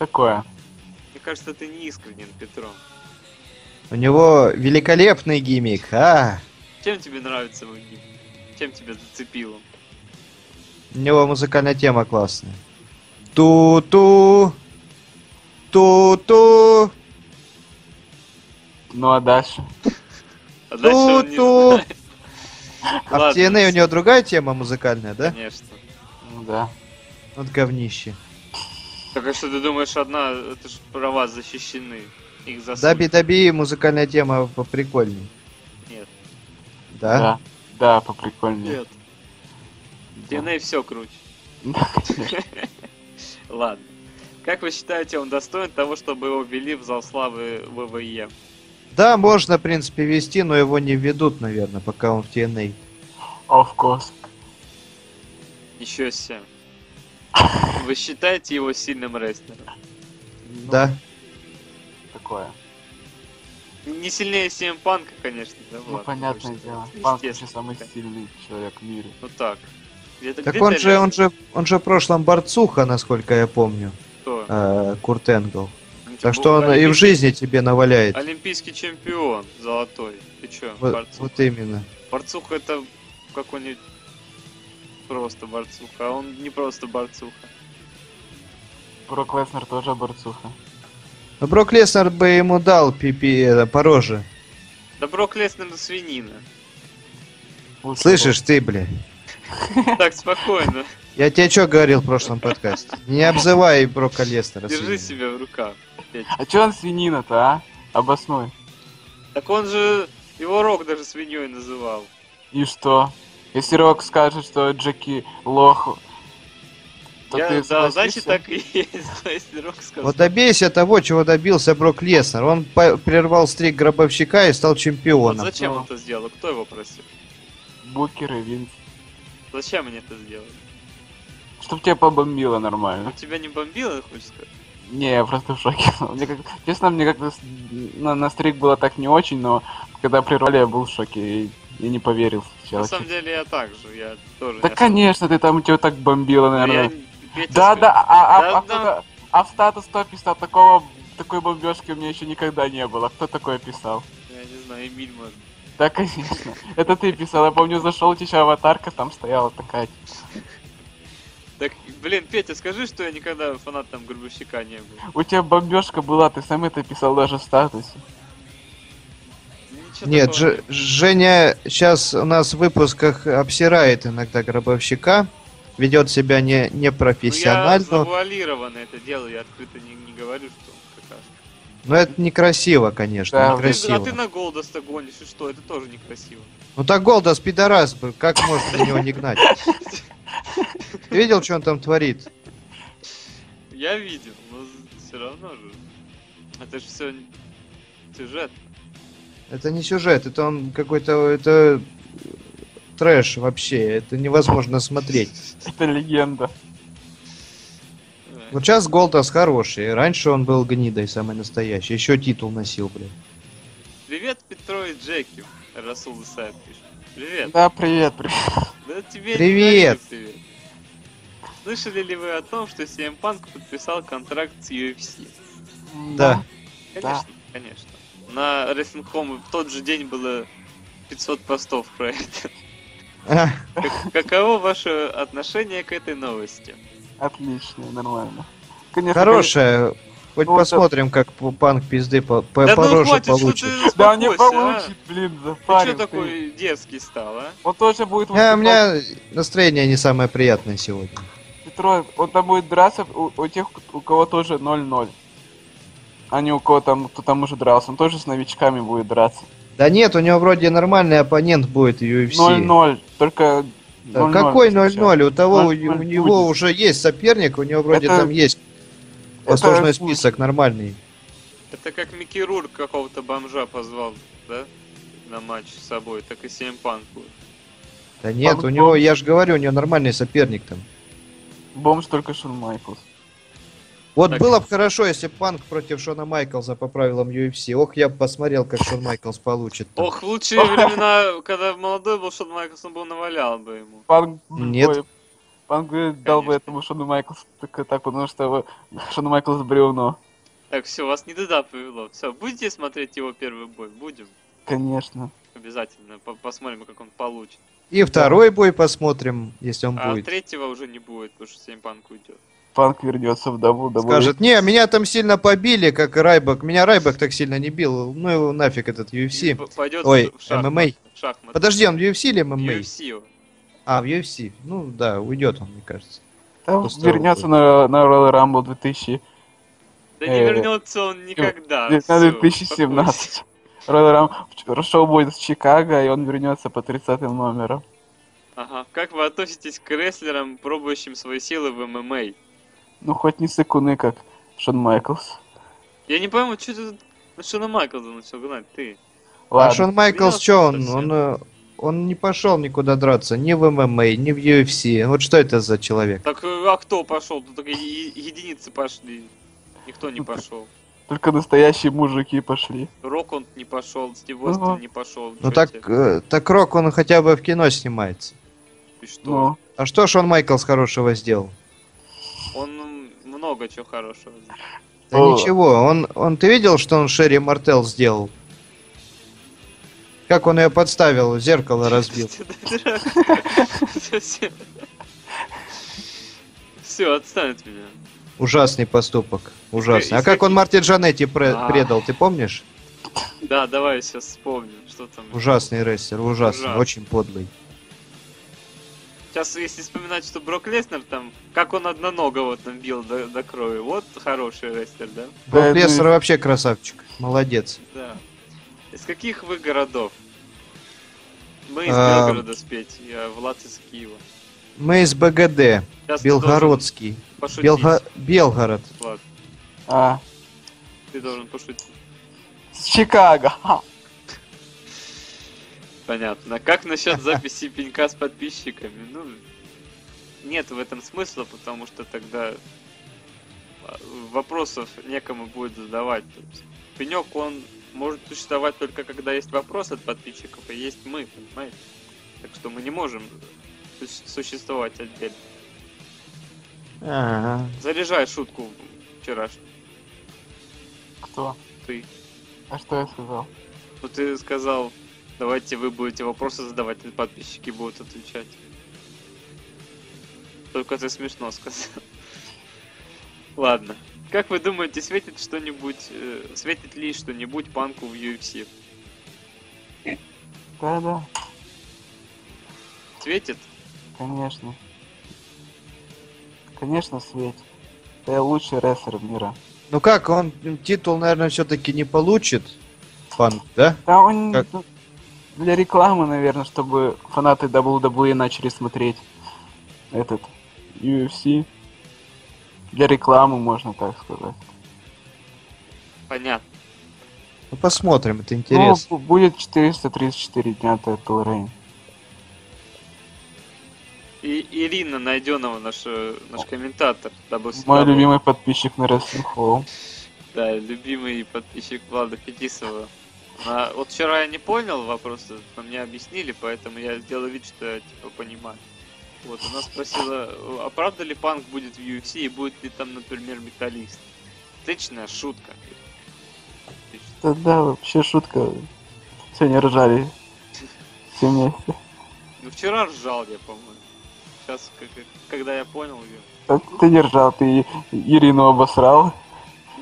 C: Такое.
A: Мне кажется, ты не искренен, Петро.
B: У него великолепный гиммик. А,
A: Чем тебе нравится его гиммик? Чем тебя зацепило?
B: у него музыкальная тема классная. Ту-ту, ту-ту,
C: Ну, а дальше?
A: А дальше он не
B: ту-ту.
A: знает,
B: А в Э
A: Ладно.
B: TNA у него другая тема музыкальная, да?
A: конечно.
C: Ну, да.
B: Вот говнище.
A: Так а что ты думаешь, одна, это ж права защищены. Их засудят.
B: Даби Даби музыкальная тема поприкольней.
A: Нет.
B: Да?
C: Да, да, поприкольнее.
A: Нет. DNA все круче. Ладно. Как вы считаете, он достоин того, чтобы его ввели в зал славы ВВЕ?
B: Да, можно, в принципе, вести, но его не ведут, наверное, пока он в TNA.
C: Of course.
A: Еще семь. Вы считаете его сильным рестлером? Ну,
B: Да.
C: Ну, Такое.
A: Не сильнее CM Панка, конечно, да,
C: Ну,
A: Влад?
C: понятное
A: Конечно.
C: дело. Панк вообще
A: Естественно,
C: самый
A: так.
C: сильный человек в мире.
A: Ну так. Где-то
B: Так
A: где-то
B: он же,
A: рядом
B: он же, он же в прошлом борцуха, насколько я помню,
A: кто?
B: э, Курт Энгл.
A: Ну, типа,
B: Так что он и в
A: олимпийский-
B: жизни тебе наваляет.
A: Олимпийский чемпион золотой. Ты чё,
B: Вот,
A: борцуха?
B: вот именно.
A: Борцуха это какой-нибудь просто борцуха, а он не просто борцуха.
C: Брок Леснер тоже борцуха.
B: Но Брок Леснер бы ему дал пипи это, пороже.
A: Да Брок Леснер свинина.
C: Лучше
B: Слышишь ты, бля?
A: Так, спокойно.
B: Я тебе что говорил в прошлом подкасте? Не обзывай Брока Леснера.
A: Держи
B: свинья.
A: себя в руках. Петя.
C: Бог. А чё он свинина-то, а? Обоснуй.
A: Так он же его рок даже свиньей называл.
C: И что? Если Рок скажет, что Джеки лох, то
A: Я-
C: ты
A: да,
C: согласишься?
A: значит так и есть, если рок сказал.
B: Вот добейся того, чего добился Брок Леснер. Он по- прервал стрик гробовщика и стал
A: Вот
B: чемпионом.
A: зачем
C: Ну.
A: он это сделал? Кто его просил?
C: Букер и Винс.
A: Зачем они это сделали?
C: Чтоб тебя побомбило нормально.
A: Тебя не бомбило, хочешь сказать?
C: Не, я просто в шоке. Мне как... Честно, мне как-то с- на, на стрик было так не очень, но когда прервали, я был в шоке и, и не поверил
A: На
C: сначала.
A: самом деле я так же, я тоже.
C: Да
A: не
C: конечно, ты там тебя так бомбило,
A: особо-
C: наверное.
A: Я- Петя
C: Да,
A: спи-
C: да, а,
A: Да,
C: а, а
A: да.
C: кто-то- а в статус кто писал? Такого, такой бомбежки у меня еще никогда не было. Кто такое писал?
A: Я не знаю, Эмиль, может.
C: Да, конечно. Это ты писал. Я помню, зашел у тебя аватарка, там стояла такая.
A: Так, блин, Петя, скажи, что я никогда фанатом Грубовщика не был.
C: У тебя бомбежка была, ты сам это писал даже в статусе.
A: Ничего
B: Нет,
A: такого Ну,
B: Ж- Женя сейчас у нас в выпусках обсирает иногда гробовщика, ведет себя
A: Ну,
B: не
A: я
B: непрофессионально,
A: завуалированно это делаю, я открыто не, не говорю, что он какашка.
B: но это некрасиво, конечно,
C: Да,
A: Ты-
B: некрасиво.
A: а ты на Голдоста гонишь, и что? Это тоже некрасиво.
B: Ну так Голдас пидорас, бы, как можно на него не гнать? Ты видел, что он там творит?
A: Я видел, но все равно же. Это же все сюжет.
B: Это не сюжет, это он какой-то, это трэш вообще, это невозможно смотреть.
C: Это легенда.
A: Э,
B: Вот сейчас Голдас хороший, раньше он был гнидой самый настоящий, еще титул носил, блин.
A: Привет, Петро и Джеки. Расул Исаев пишет. Привет.
C: Да, привет, привет.
A: Да тебе
B: Привет.
A: не говорю привет. Слышали ли вы о том, что CM Punk подписал контракт с UFC?
B: Да.
A: Конечно, конечно. На Wrestling.com в тот же день было 500 постов про это.
B: А,
A: Как- Каково ваше отношение к этой новости?
C: Отлично, нормально. Конечно,
B: Хорошая. Хоть
C: Ну, вот
B: посмотрим, как п- панк пизды по, по,
A: да
B: пороже
A: ну хватит,
B: получит.
A: что ты
C: конечно. Да, не
A: успокойся, а?
C: получит, блин,
A: Ты чё
C: запарил. ты.
A: такой дерзкий стал, а?
C: Он тоже будет
B: Я-
C: выступать.
B: Э, у меня настроение не самое приятное сегодня.
C: Петро, он там будет драться у, у тех, у кого тоже 0-0. А не у кого там, кто там уже дрался. Он тоже с новичками будет драться.
B: Да нет, у него вроде нормальный оппонент будет в UFC.
C: 0-0, только...
B: Да какой 0-0? У того, у,
C: 0-0
B: у него
C: будет.
B: уже есть соперник, у него вроде
C: Это-
B: там есть послужной список нормальный.
A: Это как Микки Рурк какого-то бомжа позвал, да? На матч с собой, так и CM Punk. будет.
B: Да нет,
C: Панк
B: у него,
C: бомж.
B: я же говорю, у него нормальный соперник там.
C: Бомж только Шон Майклс.
B: Вот
A: Так.
B: было бы хорошо, если б Панк против Шона Майклза по правилам UFC. Ох, я бы посмотрел, как Шон Майклс получит. там.
A: Ох, в лучшие времена, когда молодой был Шон Майклс, он бы навалял бы ему.
C: Панк...
B: Нет.
C: ой, Панк бы дал бы этому Шону Майклсу только так, потому что Шон Майклс бревно.
A: Так, все, вас не туда повело. Все, будете смотреть его первый бой? Будем.
C: Конечно.
A: Обязательно. По- Посмотрим, как он получит.
B: И второй бой посмотрим, если он
A: А
B: будет.
A: третьего уже не будет, потому что Сеймпанк уйдет.
C: Панк вернется в дабл дабл.
B: Скажет, не, меня там сильно побили, как и Райбак. Меня Райбак так сильно не бил. Ну его нафиг этот UFC.
A: Пойдет
B: Ой,
A: в шахмат-
B: MMA.
A: в шахматы.
B: Подожди, он в UFC или
A: В
B: ММА?
A: UFC.
B: А, в UFC. Ну да, уйдет он, мне кажется.
C: Там
B: Поставил
C: вернется на, на Royal Rumble 2000.
A: Да не
C: Э,
A: вернется он никогда.
C: на
A: А, всё,
C: 2017. Royal Rumble, шоу будет с Чикаго, и он вернется по 30 номеру.
A: Ага. Как вы относитесь к рестлерам, пробующим свои силы в ММА?
C: Ну, хоть не сыкуны, как Шон Майклс.
A: Я не пойму, что ты тут на Шона Майклза начал гнать, ты?
B: А
C: Ладно,
B: Шон Майклс,
A: Понял,
B: что он?
A: совсем.
B: Он, э, он не пошел никуда драться, ни в ММА, ни в UFC. Вот что это за человек?
A: Так э, а кто пошел? Тут только е- единицы пошли. Никто не
C: Ну, так-
A: пошел.
C: только настоящие мужики пошли.
A: Роконд не пошел, Стив Остин
C: Ага.
A: не пошел.
B: Ну
A: Чё
B: так,
A: тебе?
B: э, так Рок, он хотя бы в кино снимается.
A: Ты что?
C: Ну,
B: А что Шон Майклс хорошего сделал?
A: Он м, много чего хорошего. сделал.
B: Да
C: О.
B: ничего, он, он, ты видел, что он Шерри Мартел сделал? Как он ее подставил, зеркало разбил.
A: Все, отстань от меня.
B: Ужасный поступок, ужасный. А
A: из
B: как он
A: каких-
B: Марти Джанетти
A: Э,
B: пре-
A: А.
B: предал, ты помнишь?
A: Да, давай сейчас вспомним, что там.
B: Ужасный рестлер, ужасный,
A: Ужасный.
B: очень подлый.
A: Сейчас, если вспоминать, что Брок Леснер там, как он одноногого там бил до, до крови, вот хороший рестлер, да?
C: Да,
B: Брок
C: это-
B: Леснер вообще красавчик, молодец.
A: Да. Из каких вы городов? Мы из
B: А.
A: Белгорода спеть, я Влад из Киева.
B: Мы из
A: Сейчас
B: БГД,
A: ты должен
B: Белгородский,
A: пошутить,
B: Белго- Белгород.
A: Влад,
C: а,
A: ты должен пошутить.
C: с Чикаго. Ха.
A: Понятно. Как насчет записи пенька с подписчиками? Ну, нет в этом смысла, потому что тогда а, вопросов некому будет задавать. То есть Пенек, он может существовать только когда есть вопрос от подписчиков, и есть мы, понимаете? Так что мы не можем су- существовать отдельно.
B: Ага.
A: Заряжай шутку вчерашнюю.
C: Кто?
A: Ты.
C: А что я сказал?
A: Ну, ты сказал, давайте вы будете вопросы задавать, и подписчики будут отвечать. Только ты смешно сказал. Ладно. Как вы думаете, светит что-нибудь, э, светит ли что-нибудь панку в UFC?
C: Да-да,
A: Светит?
C: конечно. Конечно, Свет. Ты лучший рестлер мира.
B: Ну как, он титул, наверное, все-таки не получит. Панк, да?
C: Да он
B: Как?
C: ну, для рекламы, наверное, чтобы фанаты WWE начали смотреть этот UFC. Для рекламы, можно так сказать.
A: Понятно.
B: Ну посмотрим, это интересно.
C: Ну, бу- будет 434 дня Title Reign.
A: И Ирина Найденова, наш, э, наш комментатор. дабы
C: Мой
A: всегда был-
C: любимый подписчик на Wrestling Hall.
A: Да, любимый подписчик Влада Фетисова. А, вот вчера я не понял вопрос, но мне объяснили, поэтому я сделал вид, что я типа понимаю. Вот, она спросила, а правда ли панк будет в UFC и будет ли там, например, металлист? Отличная шутка.
C: Да, да, вообще шутка. Сегодня ржали. Все вместе.
A: Ну вчера ржал я, по-моему. Сейчас, как- когда я понял ее.
C: А Ты не ржал, ты Ирину обосрал.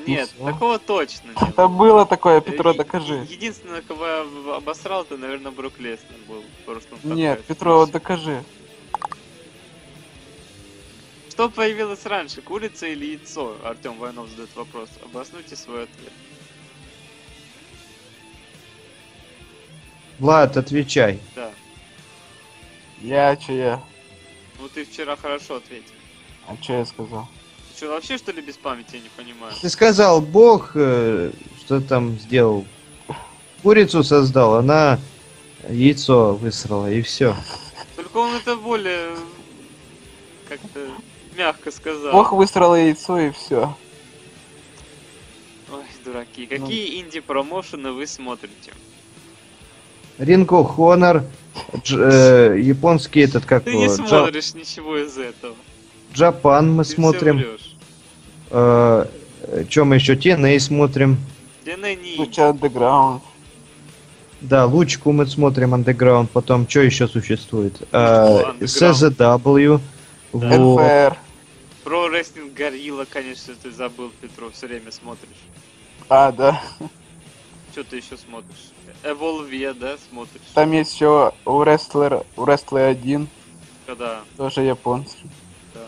A: Нет,
C: Ну всё.
A: такого точно не было.
C: Это было такое, Петро,
A: Э,
C: докажи.
A: Единственное, кого я в- обосрал, это, наверное, Брук Леснер был в прошлом
C: Нет,
A: подкасте.
C: Петро, вот докажи.
A: Что появилось раньше, курица или яйцо? Артем Войнов задает вопрос. Обоснуйте свой ответ.
B: Влад, отвечай.
A: Да.
C: Я, че я?
A: Ну ты вчера хорошо ответил.
C: А че я сказал?
A: Ты что, вообще что ли без памяти, я не понимаю?
B: Ты сказал, Бог, э, что там сделал? Курицу создал, она яйцо высрала, и все.
A: Только он это более... Как-то мягко сказал.
C: Бог высрал яйцо и все.
A: Ой, дураки. Какие инди-промоушены вы смотрите?
B: Ринко Хонор, дж- э, японский этот, как
A: Ты не
B: его, Джа-
A: смотришь ничего из этого.
B: Джапан мы
A: Ты всё
B: смотрим. э,
A: врёшь.
B: Чем мы еще? TNA смотрим.
A: TNA не инди.
C: Луча андеграунд.
B: Да, Лучку мы смотрим, Underground, потом что еще существует?
A: Underground.
B: Э, CZW,
A: Да.
B: вот.
C: НФР.
A: Про рестлинг Горилла, конечно, ты забыл, Петро, все время смотришь.
C: А, да.
A: Что ты еще смотришь? Эволве, да, смотришь?
C: Там есть еще у рестлера, у рестлера один,
A: Когда...
C: тоже японский.
A: Да.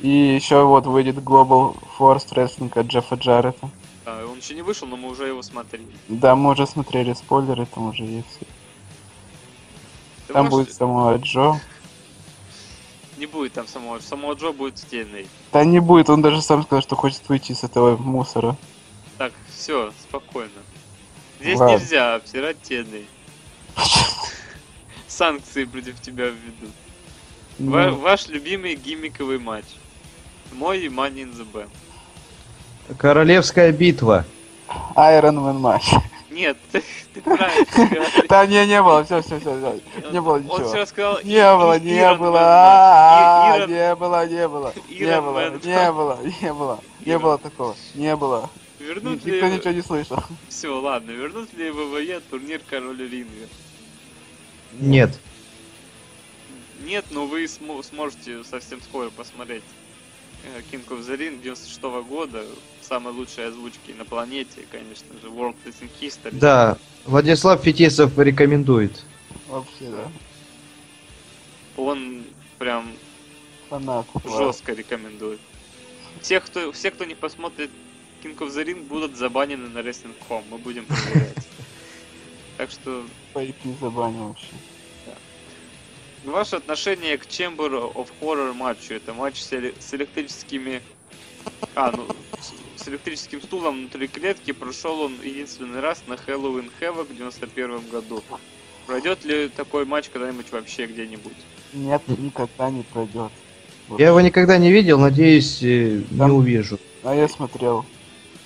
C: И еще вот выйдет Global Force Wrestling от Джеффа Джаррета.
A: А, он еще не вышел, но мы уже его смотрели.
C: Да, мы уже смотрели спойлеры, там уже есть.
A: Ты
C: там
A: можешь-
C: будет самого Джо.
A: Не будет там самого. Самого Джо будет стильный.
C: Да не будет, он даже сам сказал, что хочет выйти с этого мусора.
A: Так, все, спокойно. Здесь
C: Ладно.
A: нельзя обсирать тельный. Санкции против тебя введут. Ва-
C: Ну,
A: Ваш любимый гиммиковый матч. Мой и Money in the Bank.
B: Королевская битва.
C: Iron Man матч.
A: Нет, ты, ты правильно сказал.
C: Да не, не было, все, все, все, не было
A: Он
C: ничего.
A: все рассказал. и-
C: Не было,
A: и
C: не
A: Iron Man
C: было,
A: матч, и
C: а,
A: Iron-
C: не было, не было, не
A: Iron
C: было,
A: Man.
C: не было, не было, не
A: Iron.
C: было такого, не было.
A: Вернут ли
C: Никто ничего не слышал.
A: Все, ладно, вернут ли ВВЕ турнир Король Ринга?
B: Нет.
A: Нет, но вы смо- сможете совсем скоро посмотреть э, King of the Ring 96 года. Самые лучшие озвучки на планете, конечно же, World Wrestling History.
B: Да. Владислав Фетисов рекомендует.
C: Вообще, да.
A: Он прям
C: Фанат.
A: жестко рекомендует. Все кто, все, кто не посмотрит King of the Ring, будут забанены на Wrestling.com. Мы будем проверять. Так что,
C: Пойти забанил вообще.
A: ваше отношение к Chamber of Horror матчу. Это матч с эле- с электрическими... А, ну, с- с электрическим стулом внутри клетки. Прошел он единственный раз на Хэллоуин Havoc в 91 году. Пройдет ли такой матч когда-нибудь вообще где-нибудь?
C: Нет, никогда не пройдет. Вот.
B: Я его никогда не видел, надеюсь, э,
C: Да.
B: не увижу.
C: А я смотрел.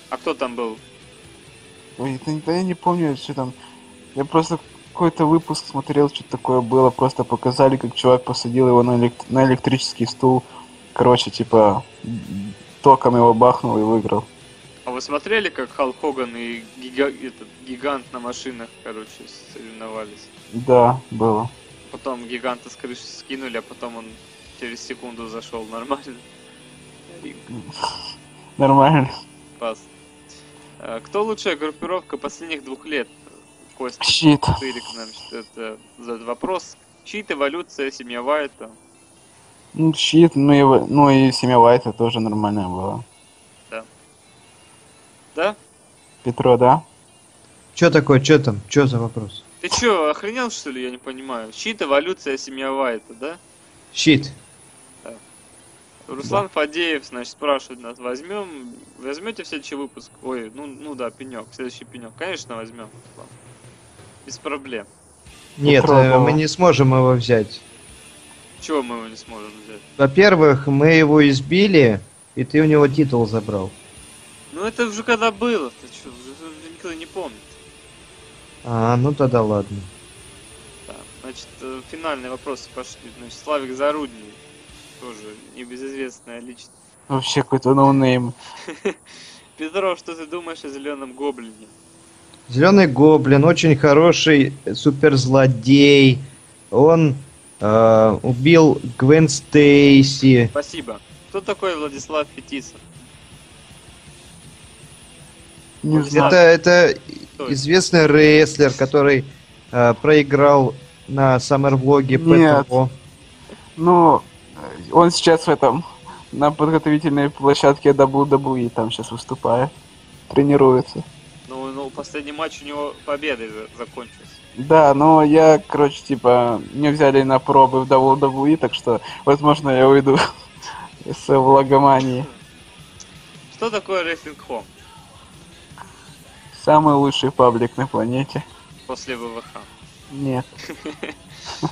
A: А кто там был?
C: Ой, да, да Ну, я не помню, что там. Я просто какой-то выпуск смотрел, что такое было. Просто показали, как чувак посадил его на, элект- на электрический стул. Короче, типа, м, током его бахнул и выиграл.
A: А вы смотрели, как Халк Хоган и гига- этот, гигант на машинах, короче, соревновались?
C: Да, было.
A: Потом гиганта с крыши скинули, а потом он через секунду зашел нормально. И
C: Нормально.
A: пас. А, Кто лучшая группировка последних двух лет? Костя
C: Щит.
A: Тырик нам это задает вопрос. Чит, эволюция, семья Вайта.
C: Ну, щит, ну и, в- ну и семья Вайта тоже нормальная была.
A: Да?
C: Петро, да?
B: Чё такое, чё там, чё за вопрос?
A: Ты чё, охренел что ли? Я не понимаю. Чит, эволюция, семья Вайта, да?
B: Щит.
A: Руслан Фадеев, значит, спрашивает нас, возьмем, возьмете в следующий выпуск? Ой, ну, ну да, пенек, следующий пенек. Конечно, возьмем. Руслан. Без проблем.
B: Нет, э,
C: Попробовал.
B: мы не сможем его взять.
A: Чего мы его не сможем взять?
B: Во-первых, мы его избили, и ты у него титул забрал.
A: Ну это уже когда было, ты чё, уже, уже никто не помнит.
B: А, ну тогда ладно.
A: Да. Значит, э, финальные вопросы пошли. Значит, Славик Зарудний, тоже небезызвестная личность.
C: Вообще какой-то ну, ноунейм.
A: Петров, что ты думаешь о зеленом гоблине?
B: Зеленый гоблин очень хороший э, суперзлодей. Он э, убил Гвен Стейси.
A: Спасибо. Кто такой Владислав Фетисов?
C: Не
A: Вот
C: знаю.
B: Это, это
A: Кто это?
B: известный рестлер, который э, проиграл на саммерблоге
C: Нет.
B: ПТО.
C: Ну, э, он сейчас в этом, на подготовительной площадке WWE там сейчас выступает. Тренируется.
A: Ну, ну, последний матч у него победой за- закончился.
C: Да, но я, короче, типа, не взяли на пробы в WWE, так что, возможно, я уйду с влагомании.
A: Что такое Wrestling Home
C: Самый лучший паблик на планете.
A: после ВВХ?
C: Нет.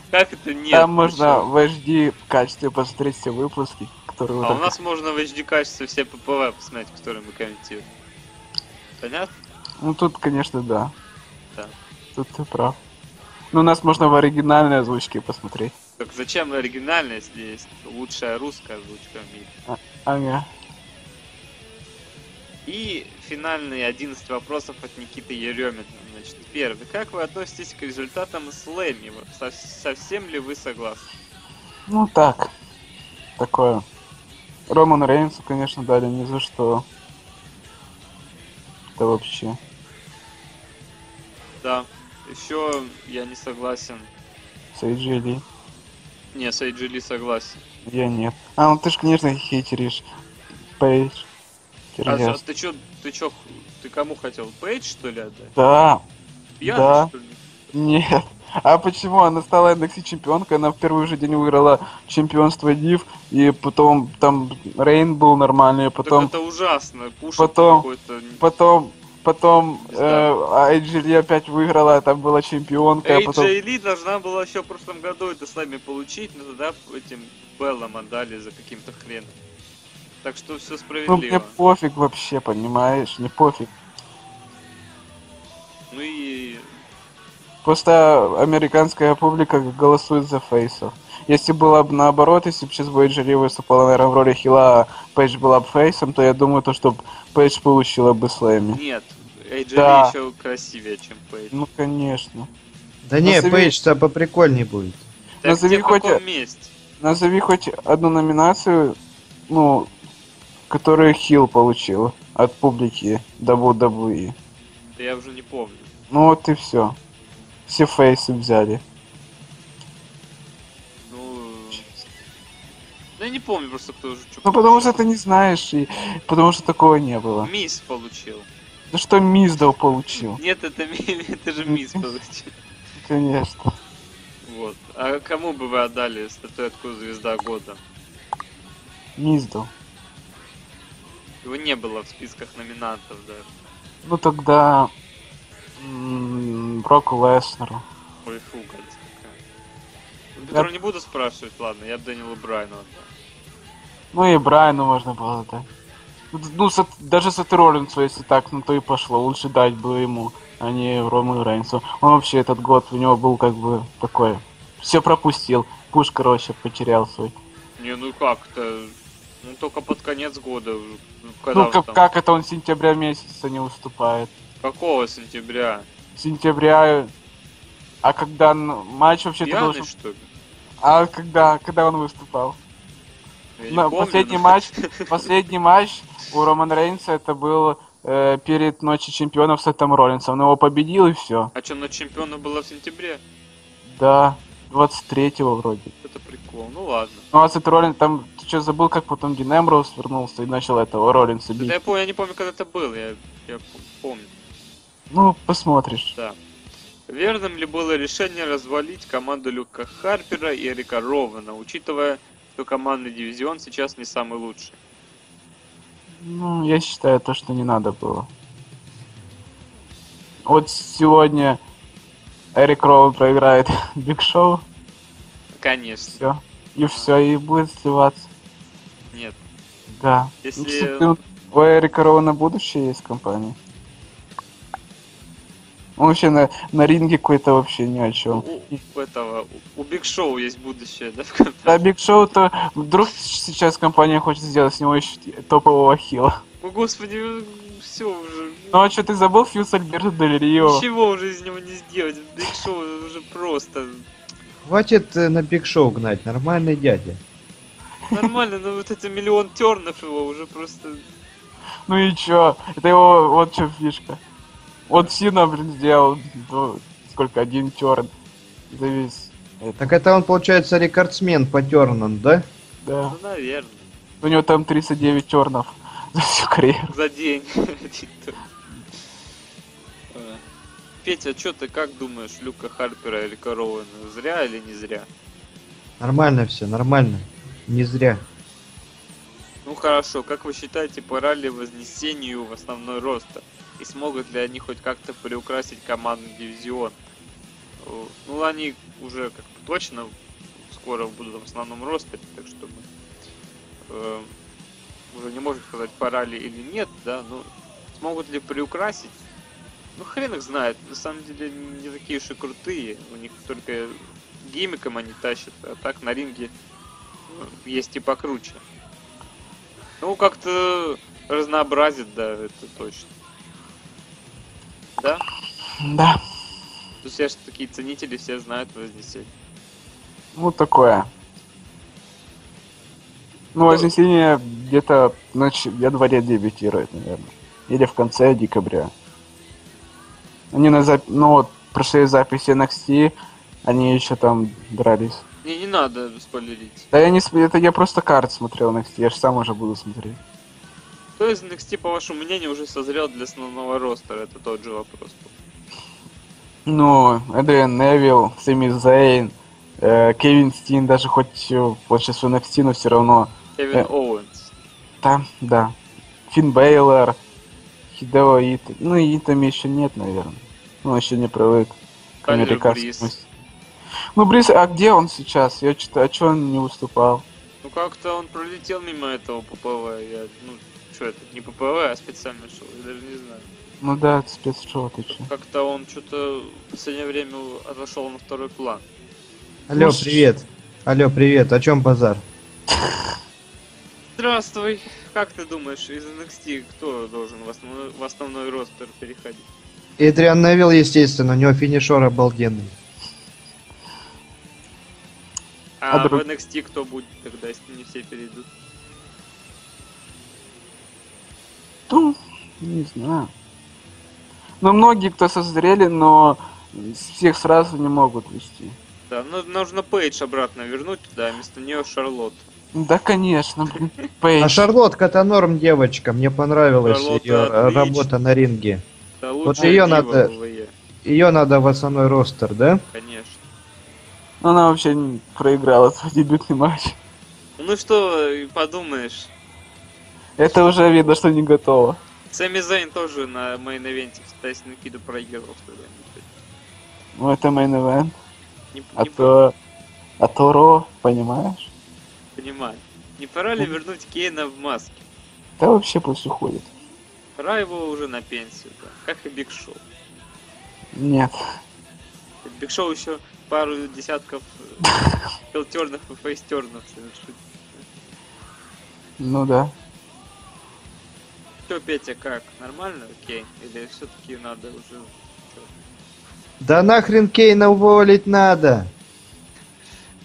A: Как это нет?
C: там
A: Ты
C: можно
A: чё?
C: в HD в качестве посмотреть все выпуски, которые...
A: А у
C: вот
A: нас можно в HD качестве все ППВ посмотреть, которые мы комментируем. Понятно?
C: так- Ну, тут, конечно, да.
A: Да.
C: Тут ты прав. Ну, у нас можно в оригинальной озвучке посмотреть.
A: Так зачем оригинально, если есть лучшая русская озвучка в мире?
C: Ага.
A: И финальные 11 вопросов от Никиты Еремина. Значит, первый. Как вы относитесь к результатам Слэми? Вот со- совсем ли вы согласны?
C: Ну так, такое. Роман Рейнсу, конечно, дали ни за что. Это вообще.
A: Да. Еще я не согласен.
C: Сейджили.
A: Не, с AJ Ли согласен.
C: Я нет. А, ну ты же, конечно, хитеришь. Пейдж.
A: А, за-
C: Кирьяс.
A: ты чё, ты чё, ты кому хотел? Пейдж, что ли, отдать?
C: Да,
A: Пьяный,
C: Да.
A: что ли?
C: нет. А почему? Она стала NXT чемпионкой, она в первый же день выиграла чемпионство Див, и потом там Рейн был нормальный, и
A: Потом...
C: потом
A: Это ужасно. Пушек
C: потом-
A: какой-то.
C: Потом, потом
A: Не знаю.
C: э, AJ Lee опять выиграла, а там была чемпионка, а
A: AJ
C: потом...
A: Lee должна была еще в прошлом году это с нами получить, но тогда этим Беллам отдали за каким-то хреном. Так что все
C: Ну, мне
A: справедливо. Ну,
C: пофиг вообще, понимаешь? Мне пофиг.
A: Ну и
C: Просто американская публика голосует за фейсов. Если было бы наоборот, если бы сейчас бы AJ Lee выступала, наверное, в роли хила, а Пейдж была бы фейсом, то я думаю, то, что Пейдж получила бы слэми.
A: нет, AJ
C: Ну. Да.
A: еще красивее, чем Пейдж.
C: Ну, конечно.
B: Да не,
C: Назови-
B: Пейдж-то поприкольней будет.
A: Так
C: назови
A: где, в
C: хоть э-
A: каком
C: о-
A: месте?
C: Назови хоть одну номинацию, ну, которую Хилл получил от публики WWE.
A: Да я уже не помню.
C: Ну вот и все. Все фейсы взяли.
A: Ну, да я не помню просто, кто уже чё
C: Ну потому что ты не знаешь, и потому что такого не было.
A: Мисс получил.
C: Да Ну что Миздал получил,
A: Нет, это, ми- это же мисс получил.
C: конечно.
A: Вот. А кому бы вы отдали статуэтку Звезда Года?
C: Миздал.
A: Его не было в списках номинантов даже.
C: Ну тогда... м, Броку Леснеру.
A: Ой, фу, гадость какая. Ну,
C: Да.
A: Петру не буду спрашивать, ладно, я бы Данилу Брайну отдал.
C: Ну и Брайану можно было дать. Ну, д- Ну, Сет- даже Сет Роллинсу, если так, ну то и пошло. Лучше дать было ему, а не Рому Рейнсу. Он вообще этот год, у него был как бы такой... Все пропустил. Пуш, короче, потерял свой.
A: Не, ну как-то... Ну только под конец года. уже. Ну, когда
C: Ну
A: уж
C: как,
A: там-
C: как это он с сентября месяца не уступает?
A: Какого сентября?
C: сентября. А когда н- матч вообще-то
A: Пьяный,
C: должен...
A: что ли?
C: А когда, когда он выступал?
A: Я не
C: На
A: помню,
C: последний
A: но-
C: матч, последний матч у Роман Рейнса это был э, перед Ночью Чемпионов с Сетом Роллинсом. Он его победил и все.
A: А что, на чемпиона было в сентябре?
C: Да, 23-го вроде.
A: Это прикол, ну ладно.
C: Ну а Сет Роллинс там, ты что, забыл, как потом Дин Эмброуз вернулся и начал этого Роллинса
A: Да
C: бить?
A: я помню, я не помню, когда это было, я, я п- помню,
C: Ну, посмотришь.
A: да. Верным ли было решение развалить команду Люка Харпера и Эрика Рована, учитывая, что командный дивизион сейчас не самый лучший?
C: Ну, я считаю то, что не надо было. Вот сегодня Эрик Роуэн проиграет Биг Шоу,
A: Конечно,
C: все. И все, и будет сливаться.
A: нет.
C: Да. Ну,
A: Если...
C: кстати, У Эрика Роуэна будущее есть в компании. Он вообще на, на ринге какой-то вообще ни о чем.
A: У, у этого, у Биг Шоу есть будущее, да? в конце?
C: А Биг Шоу то вдруг сейчас компания хочет сделать с него еще топового хила.
A: О, господи, все уже.
C: Ну а что, ты забыл фьюз с Альберто Дель Рио?
A: Ничего уже из него не сделать. Биг Шоу уже просто
B: Хватит э, на Биг Шоу гнать, нормальный дядя.
A: нормально, но вот это миллион тернов его уже просто...
C: Ну и чё? Это его вот чё фишка. Вот Сина, блин, сделал ну, сколько, один черн. За весь. Это,
B: Так это он, получается, рекордсмен по тернам, да?
C: да.
A: Ну, наверное.
C: У него там 39 чернов за всю карьеру.
A: За день. Э, Петя, что ты как думаешь, Люка Харпера или Роуэна, зря или не зря?
B: Нормально все, нормально. Не зря.
A: Ну хорошо, как вы считаете, пора ли вознесению в основной роста? И смогут ли они хоть как-то приукрасить командный дивизион? Э, Ну они уже как бы точно скоро будут в основном росте, так что мы э, уже не можем сказать, пора ли или нет, да, но смогут ли приукрасить? Ну хрен их знает, на самом деле не такие уж и крутые, у них только гиммиком они тащат, а так на ринге ну, есть и покруче. Ну, как-то разнообразит, да, это точно. Да?
C: Да.
A: Тут все же такие ценители, все знают Вознесение.
C: Ну такое. Ну, Вознесение где-то на ч- январе дебютирует, наверное. Или в конце декабря. Они на зап... Ну вот, прошли запись NXT, они еще там дрались.
A: Не, не надо спойлерить.
C: Да я не сп- это я просто карт смотрел NXT, я же сам уже буду смотреть.
A: Кто из NXT, по вашему мнению, уже созрел для основного ростера? Это тот же вопрос. был.
C: Ну, Эдриан Невилл, Сэмми Зейн, э, Кевин Стин, даже хоть э, вот сейчас в NXT, но все равно.
A: Кевин
C: Э.
A: Оуэнс.
C: Там, да. Финн Бейлор, Хидео Ито. Ну, и Итами еще нет, наверное. Ну, еще не привык к
A: Тайлер
C: американскому.
A: Брис.
C: стилю. Ну, Брис, а где он сейчас? Я что-то, а что он не выступал?
A: Ну как-то он пролетел мимо этого ППВ. Я, ну, что это, не ППВ, а специально шел, я даже не знаю.
C: Ну да, это спецшоу, ты че?
A: Как-то он что-то в последнее время отошел на второй план.
B: Алло,
C: Слушай.
B: привет. Алло, привет. О чем базар?
A: Здравствуй. Как ты думаешь, из NXT кто должен в основной, в основной ростер переходить?
B: Эдриан Невилл, естественно, у него финишер обалденный.
A: А,
C: А
A: в
C: друг-
A: NXT кто будет тогда, если не все перейдут?
C: Ну, не знаю. Ну, многие, кто созрели, но всех сразу не могут вести.
A: Да, ну, нужно Пейдж обратно вернуть туда, а вместо нее Шарлотт.
C: Да, конечно, блин, Пейдж.
B: А Шарлотка-то норм девочка. Мне понравилась
A: Шарлотта
B: ее
A: отлично.
B: работа на ринге.
A: Да
B: Вот
A: лучшая
B: её
A: дива
B: надо-
A: ВВЕ,
B: Ее надо в основной ростер, да?
A: конечно.
C: Ну, Она вообще не проиграла свой дебютный матч.
A: Ну что, и подумаешь.
C: Это уже видно, что не готово.
A: Сэмми Зейн тоже на мейн-эвенте, кстати, накиду проигрывал тогда.
C: Ну, это мейн ивент.
A: Не,
C: А
A: не
C: то... А то Ро, понимаешь?
A: понимаю. Не пора
B: Ну.
A: ли вернуть Кейна в маске?
C: Да вообще пусть уходит.
A: Пора его уже на пенсию, да. Как и Биг Шоу.
C: Нет.
A: Биг Шоу еще пару десятков хилтернов и фейстернов совершит.
C: Ну да.
A: Че, Петя, как? Нормально? Окей? Или все-таки надо уже...
B: Да нахрен Кейна уволить надо.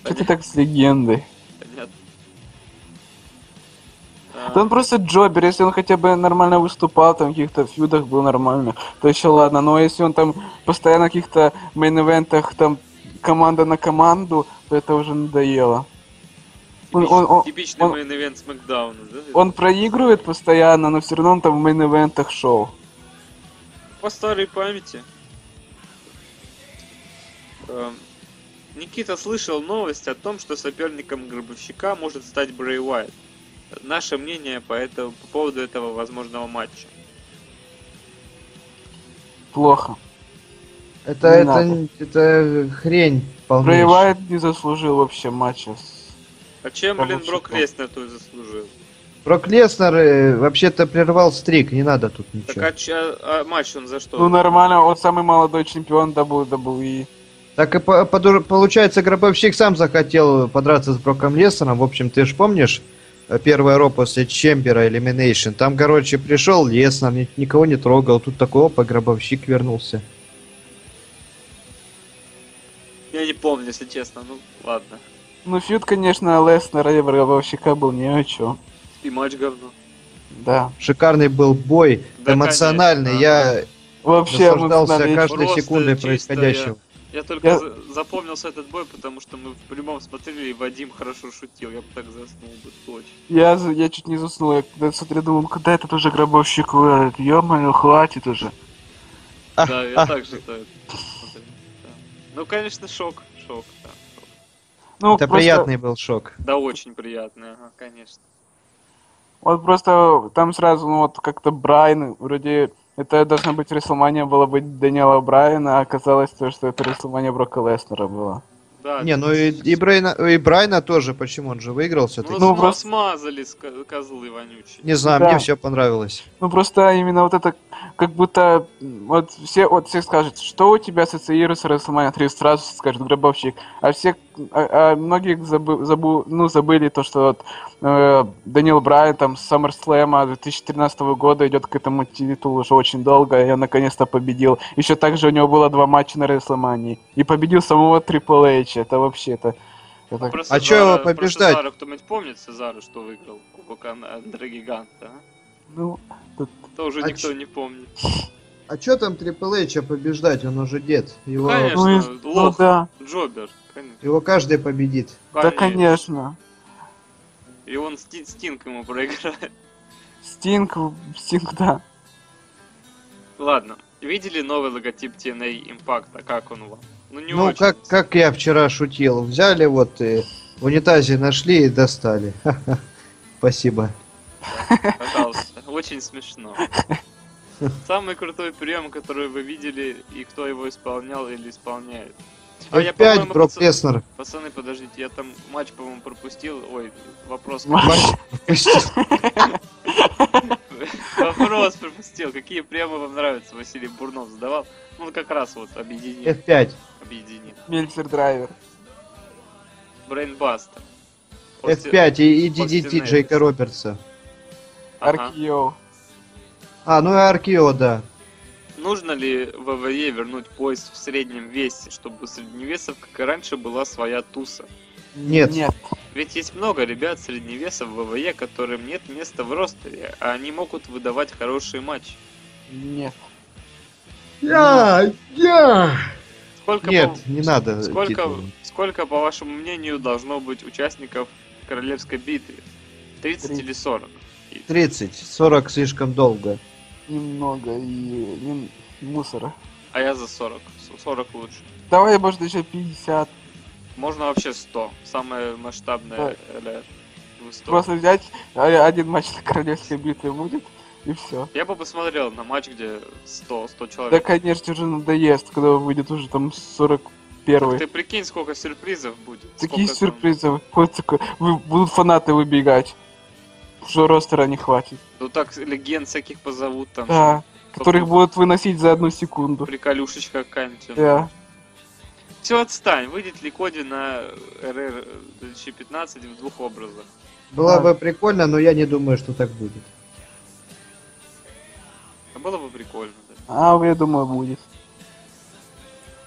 C: Что ты так с легендой?
A: Понятно. А,
C: Да он просто джобер, если он хотя бы нормально выступал, там в каких-то фьюдах был нормально, то еще ладно, но если он там постоянно в каких-то мейн-эвентах, там команда на команду, то это уже надоело. он- он- он-
A: Типичный
C: он-
A: мейн-эвент Смакдауна, да?
C: Он проигрывает постоянно, но все равно он там в мейн-эвентах шоу.
A: По старой памяти. Эм, Никита слышал новость о том, что соперником Гробовщика может стать Брей Уайт. Наше мнение по, этому, по поводу этого возможного матча.
C: Плохо.
B: Это,
C: Не
B: это,
C: надо.
B: это хрень полнейшая.
C: Проигрывает не заслужил вообще матча. с-
A: А чем, блин, Брок
C: Гробовщиком.
A: Леснер тут заслужил?
B: Брок Леснер э, вообще-то прервал стрик, не надо тут
A: Так
B: ничего.
A: а, чё- а матч он за что?
C: Ну нормально, он самый молодой чемпион E. WWE.
B: Так и по- подур- получается, Гробовщик сам захотел подраться с Броком Леснером. В общем, ты же помнишь э, первое ро после Чембера Элиминейшн? Там, короче, пришел Леснер, ни- никого не трогал. Тут такой, опа, Гробовщик вернулся.
A: Я не помню, если честно. Ну, ладно.
C: Ну фьюд, конечно, Леснера и Гробовщика был не о чем.
A: И матч говно.
C: Да.
B: Шикарный был бой,
A: Да,
B: эмоциональный.
A: конечно.
B: Я
C: Вообще
B: наслаждался
C: эмоционально.
B: каждой
A: Просто
B: секундой
A: чисто
B: происходящего.
A: Я только
C: Я-
A: за- запомнился этот бой, потому что мы в любом смотрели, и Вадим хорошо шутил. Я бы так заснул бы точно.
C: Я, за- я чуть не заснул, я когда смотрел, думал, когда этот уже гробовщик вырвет, ё-моё, хватит уже.
A: Да, я так же так смотрел, да. Ну, конечно, шок. Шок, да. шок.
C: Ну,
B: Это
C: просто-
B: приятный был шок.
A: Да, очень приятный, ага, конечно.
C: Вот просто там сразу, ну вот как-то Брайан, вроде это должна быть Рестлмания была бы Даниэла Брайана, а оказалось то, что это Рестлмания Брока Леснера была.
A: Да,
B: Не,
A: да,
B: ну и, и, Брайна, и Брайна тоже, почему он же выиграл все-таки.
A: Ну,
C: Ну,
A: сма-
C: просто-
A: смазали ска- козлы вонючие.
B: Не знаю,
C: Да.
B: мне все понравилось.
C: Ну просто именно вот это, как будто, м, вот все, вот все скажут, что у тебя ассоциируется Рестлмания 3, сразу скажет гробовщик, а все, а, а многие забы- забу- ну, забыли то, что вот, э, Данил Брайан там с SummerSlam 2013 года идет к этому титулу уже очень долго, и он наконец-то победил. Еще также у него было два матча на Рестлмании, и победил самого Triple H, это вообще, это, это
A: Про
B: А чё его
A: Сезара- про
B: побеждать?
A: Сезара кто-нибудь помнит Сезара, что выиграл Кубок Ан- Андрогиганта? а?
C: ну,
A: Это уже
B: А
A: никто
B: чё-
A: не помнит.
B: А чё там Трипл Эйча побеждать? Он уже дед. Его...
A: Конечно,
C: ну, и- ну
A: лох.
C: да.
A: Джобер. Конечно.
B: Его каждый победит.
C: Да, конечно.
A: И он Сти- Стинг ему проиграет.
C: Стинг, Стинг, да.
A: Ладно. Видели новый логотип TNA Impact? А как он вам? Ну не
B: ну,
A: очень.
B: как, как я вчера шутил. Взяли вот э, в унитазе нашли и достали. Ха-ха. Спасибо.
A: Пожалуйста. Очень смешно. Самый крутой прием, который вы видели, и кто его исполнял или исполняет. А я,
B: Опять
A: по-моему,
B: Брок
A: пацан-
B: Леснер.
A: пацаны, подождите, я там матч, по-моему, пропустил. Ой, вопрос. Вопрос пропустил. Какие приемы вам нравятся? Василий Бурнов задавал. Он как раз вот объединил.
B: F5.
A: Объединил.
C: Мельцер драйвер.
A: Брейнбастер.
B: F5 и, и
A: После
B: DDT
A: Нэвис.
B: Джейка Робертса.
A: Ага.
C: RKO.
B: А, ну и Аркио, да.
A: Нужно ли ВВЕ вернуть пояс в среднем весе, чтобы у средневесов, как и раньше, была своя туса?
B: Нет.
C: Нет.
A: Ведь есть много ребят средневесов в ВВЕ, которым нет места в ростере, а они могут выдавать хорошие матчи.
C: Нет.
B: Я, я.
A: Сколько,
B: Нет,
A: по-
B: не надо.
A: сколько,
B: титулов.
A: сколько, по вашему мнению, должно быть участников королевской битвы? 30
C: Тридцать.
A: или 40?
B: 30, 40 слишком долго.
C: Немного и нем- мусора.
A: А я за 40. С- 40 лучше.
C: Давай, может, еще 50.
A: Можно вообще 100. Самое масштабное. э, э, 100.
C: Просто взять а, один матч на королевской битве будет, и все.
A: Я бы посмотрел на матч, где 100, 100
C: Да,
A: человек.
C: конечно, уже надоест, когда выйдет уже там 41
A: Ты прикинь, сколько сюрпризов будет. сколько
C: Такие
A: там-
C: сюрпризы, вот такой, вы- будут фанаты выбегать. Что ростера не хватит.
A: Ну так легенд всяких позовут там.
C: Да, которых
A: Потом
C: будут выносить за одну секунду.
A: Приколюшечка какая-нибудь.
C: Да.
A: Все, отстань. Выйдет ли Коди на РР 2015 в двух образах?
B: Было
C: Да.
B: бы прикольно, но я не думаю, что так будет.
A: А было бы прикольно, да.
C: А, я думаю, будет.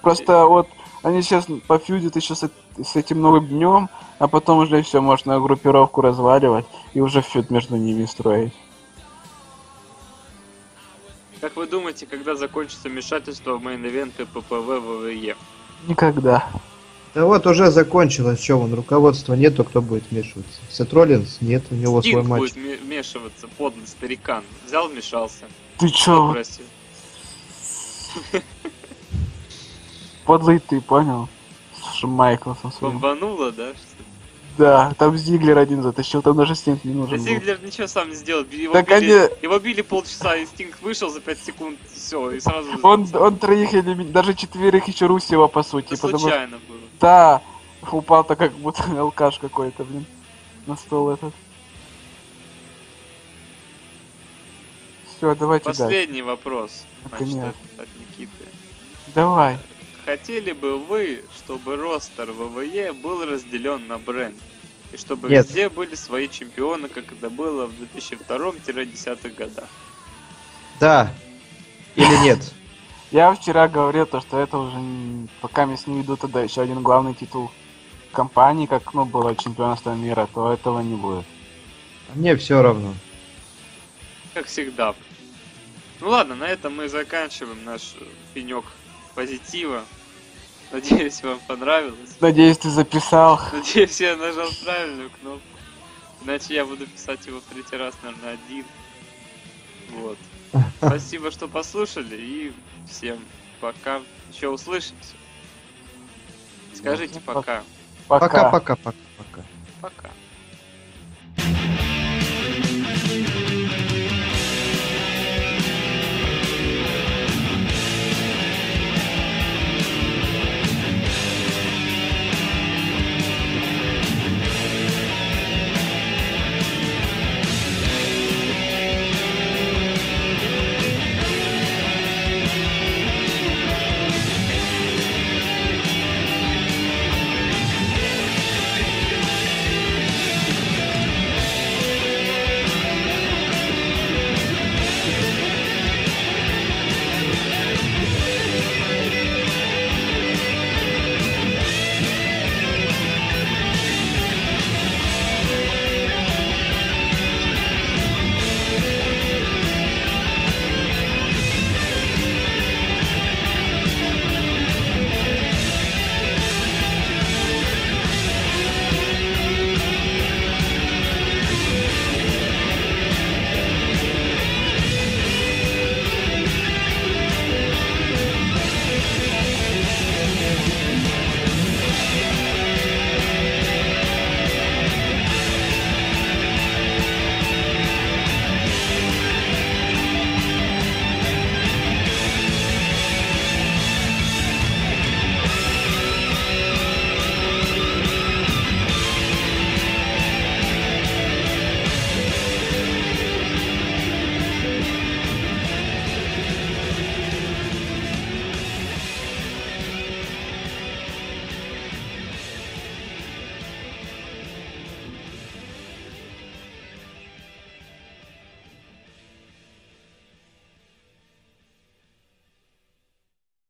C: Просто вот они сейчас пофьюдят еще с, эт- с этим новым днем, а потом уже все, можно группировку разваливать и уже фьюд между ними строить.
A: Как вы думаете, когда закончится вмешательство в мейн-эвенты ППВ ВВЕ?
C: Никогда.
B: Да вот уже закончилось, что он, руководства нету, кто будет вмешиваться. Сет Роллинс? Нет, у него свой
A: Стинг
B: матч.
A: будет вме- вмешиваться, подлый старикан. Взял, вмешался.
C: Ты чё, вот
A: Прости.
C: подлый ты, понял? Слушай, Майкл со своим.
A: Бомбануло, да? что ли?
C: Да, там Зиглер один затащил, там даже Стинг не
A: Да
C: нужен был.
A: Зиглер ничего сам не сделал. Его,
C: Ну. Так
A: били,
C: они-
A: его били полчаса, и Стинг вышел за 5 секунд, все, и сразу...
C: Он, он троих или ми- даже четверых еще Русева, по сути.
A: Это
C: потому что-
A: случайно было.
C: Да, упал-то как будто алкаш какой-то, блин, на стол этот. Все, давайте дальше.
A: Последний вопрос, значит,
C: Конечно.
A: от- от Никиты.
C: Давай.
A: Хотели бы вы, чтобы ростер ВВЕ был разделен на бренд? И чтобы
B: Нет.
A: везде были свои чемпионы, как это было в 2002-2010 годах.
B: Да. Или нет?
C: Я вчера говорил то, что это уже н- пока мне не ведут тогда еще один главный титул компании, как ну было чемпионство мира, то этого не будет.
B: Мне все равно.
A: Как всегда. Ну ладно, на этом мы заканчиваем наш э, пенек позитива. Надеюсь, вам понравилось.
C: Надеюсь, ты записал.
A: Надеюсь, я нажал правильную кнопку. Иначе я буду писать его в третий раз, наверное, один. Вот. Спасибо, что послушали, и всем пока. Еще услышимся. Скажите пока.
B: Пока-пока-пока-пока.
A: Пока.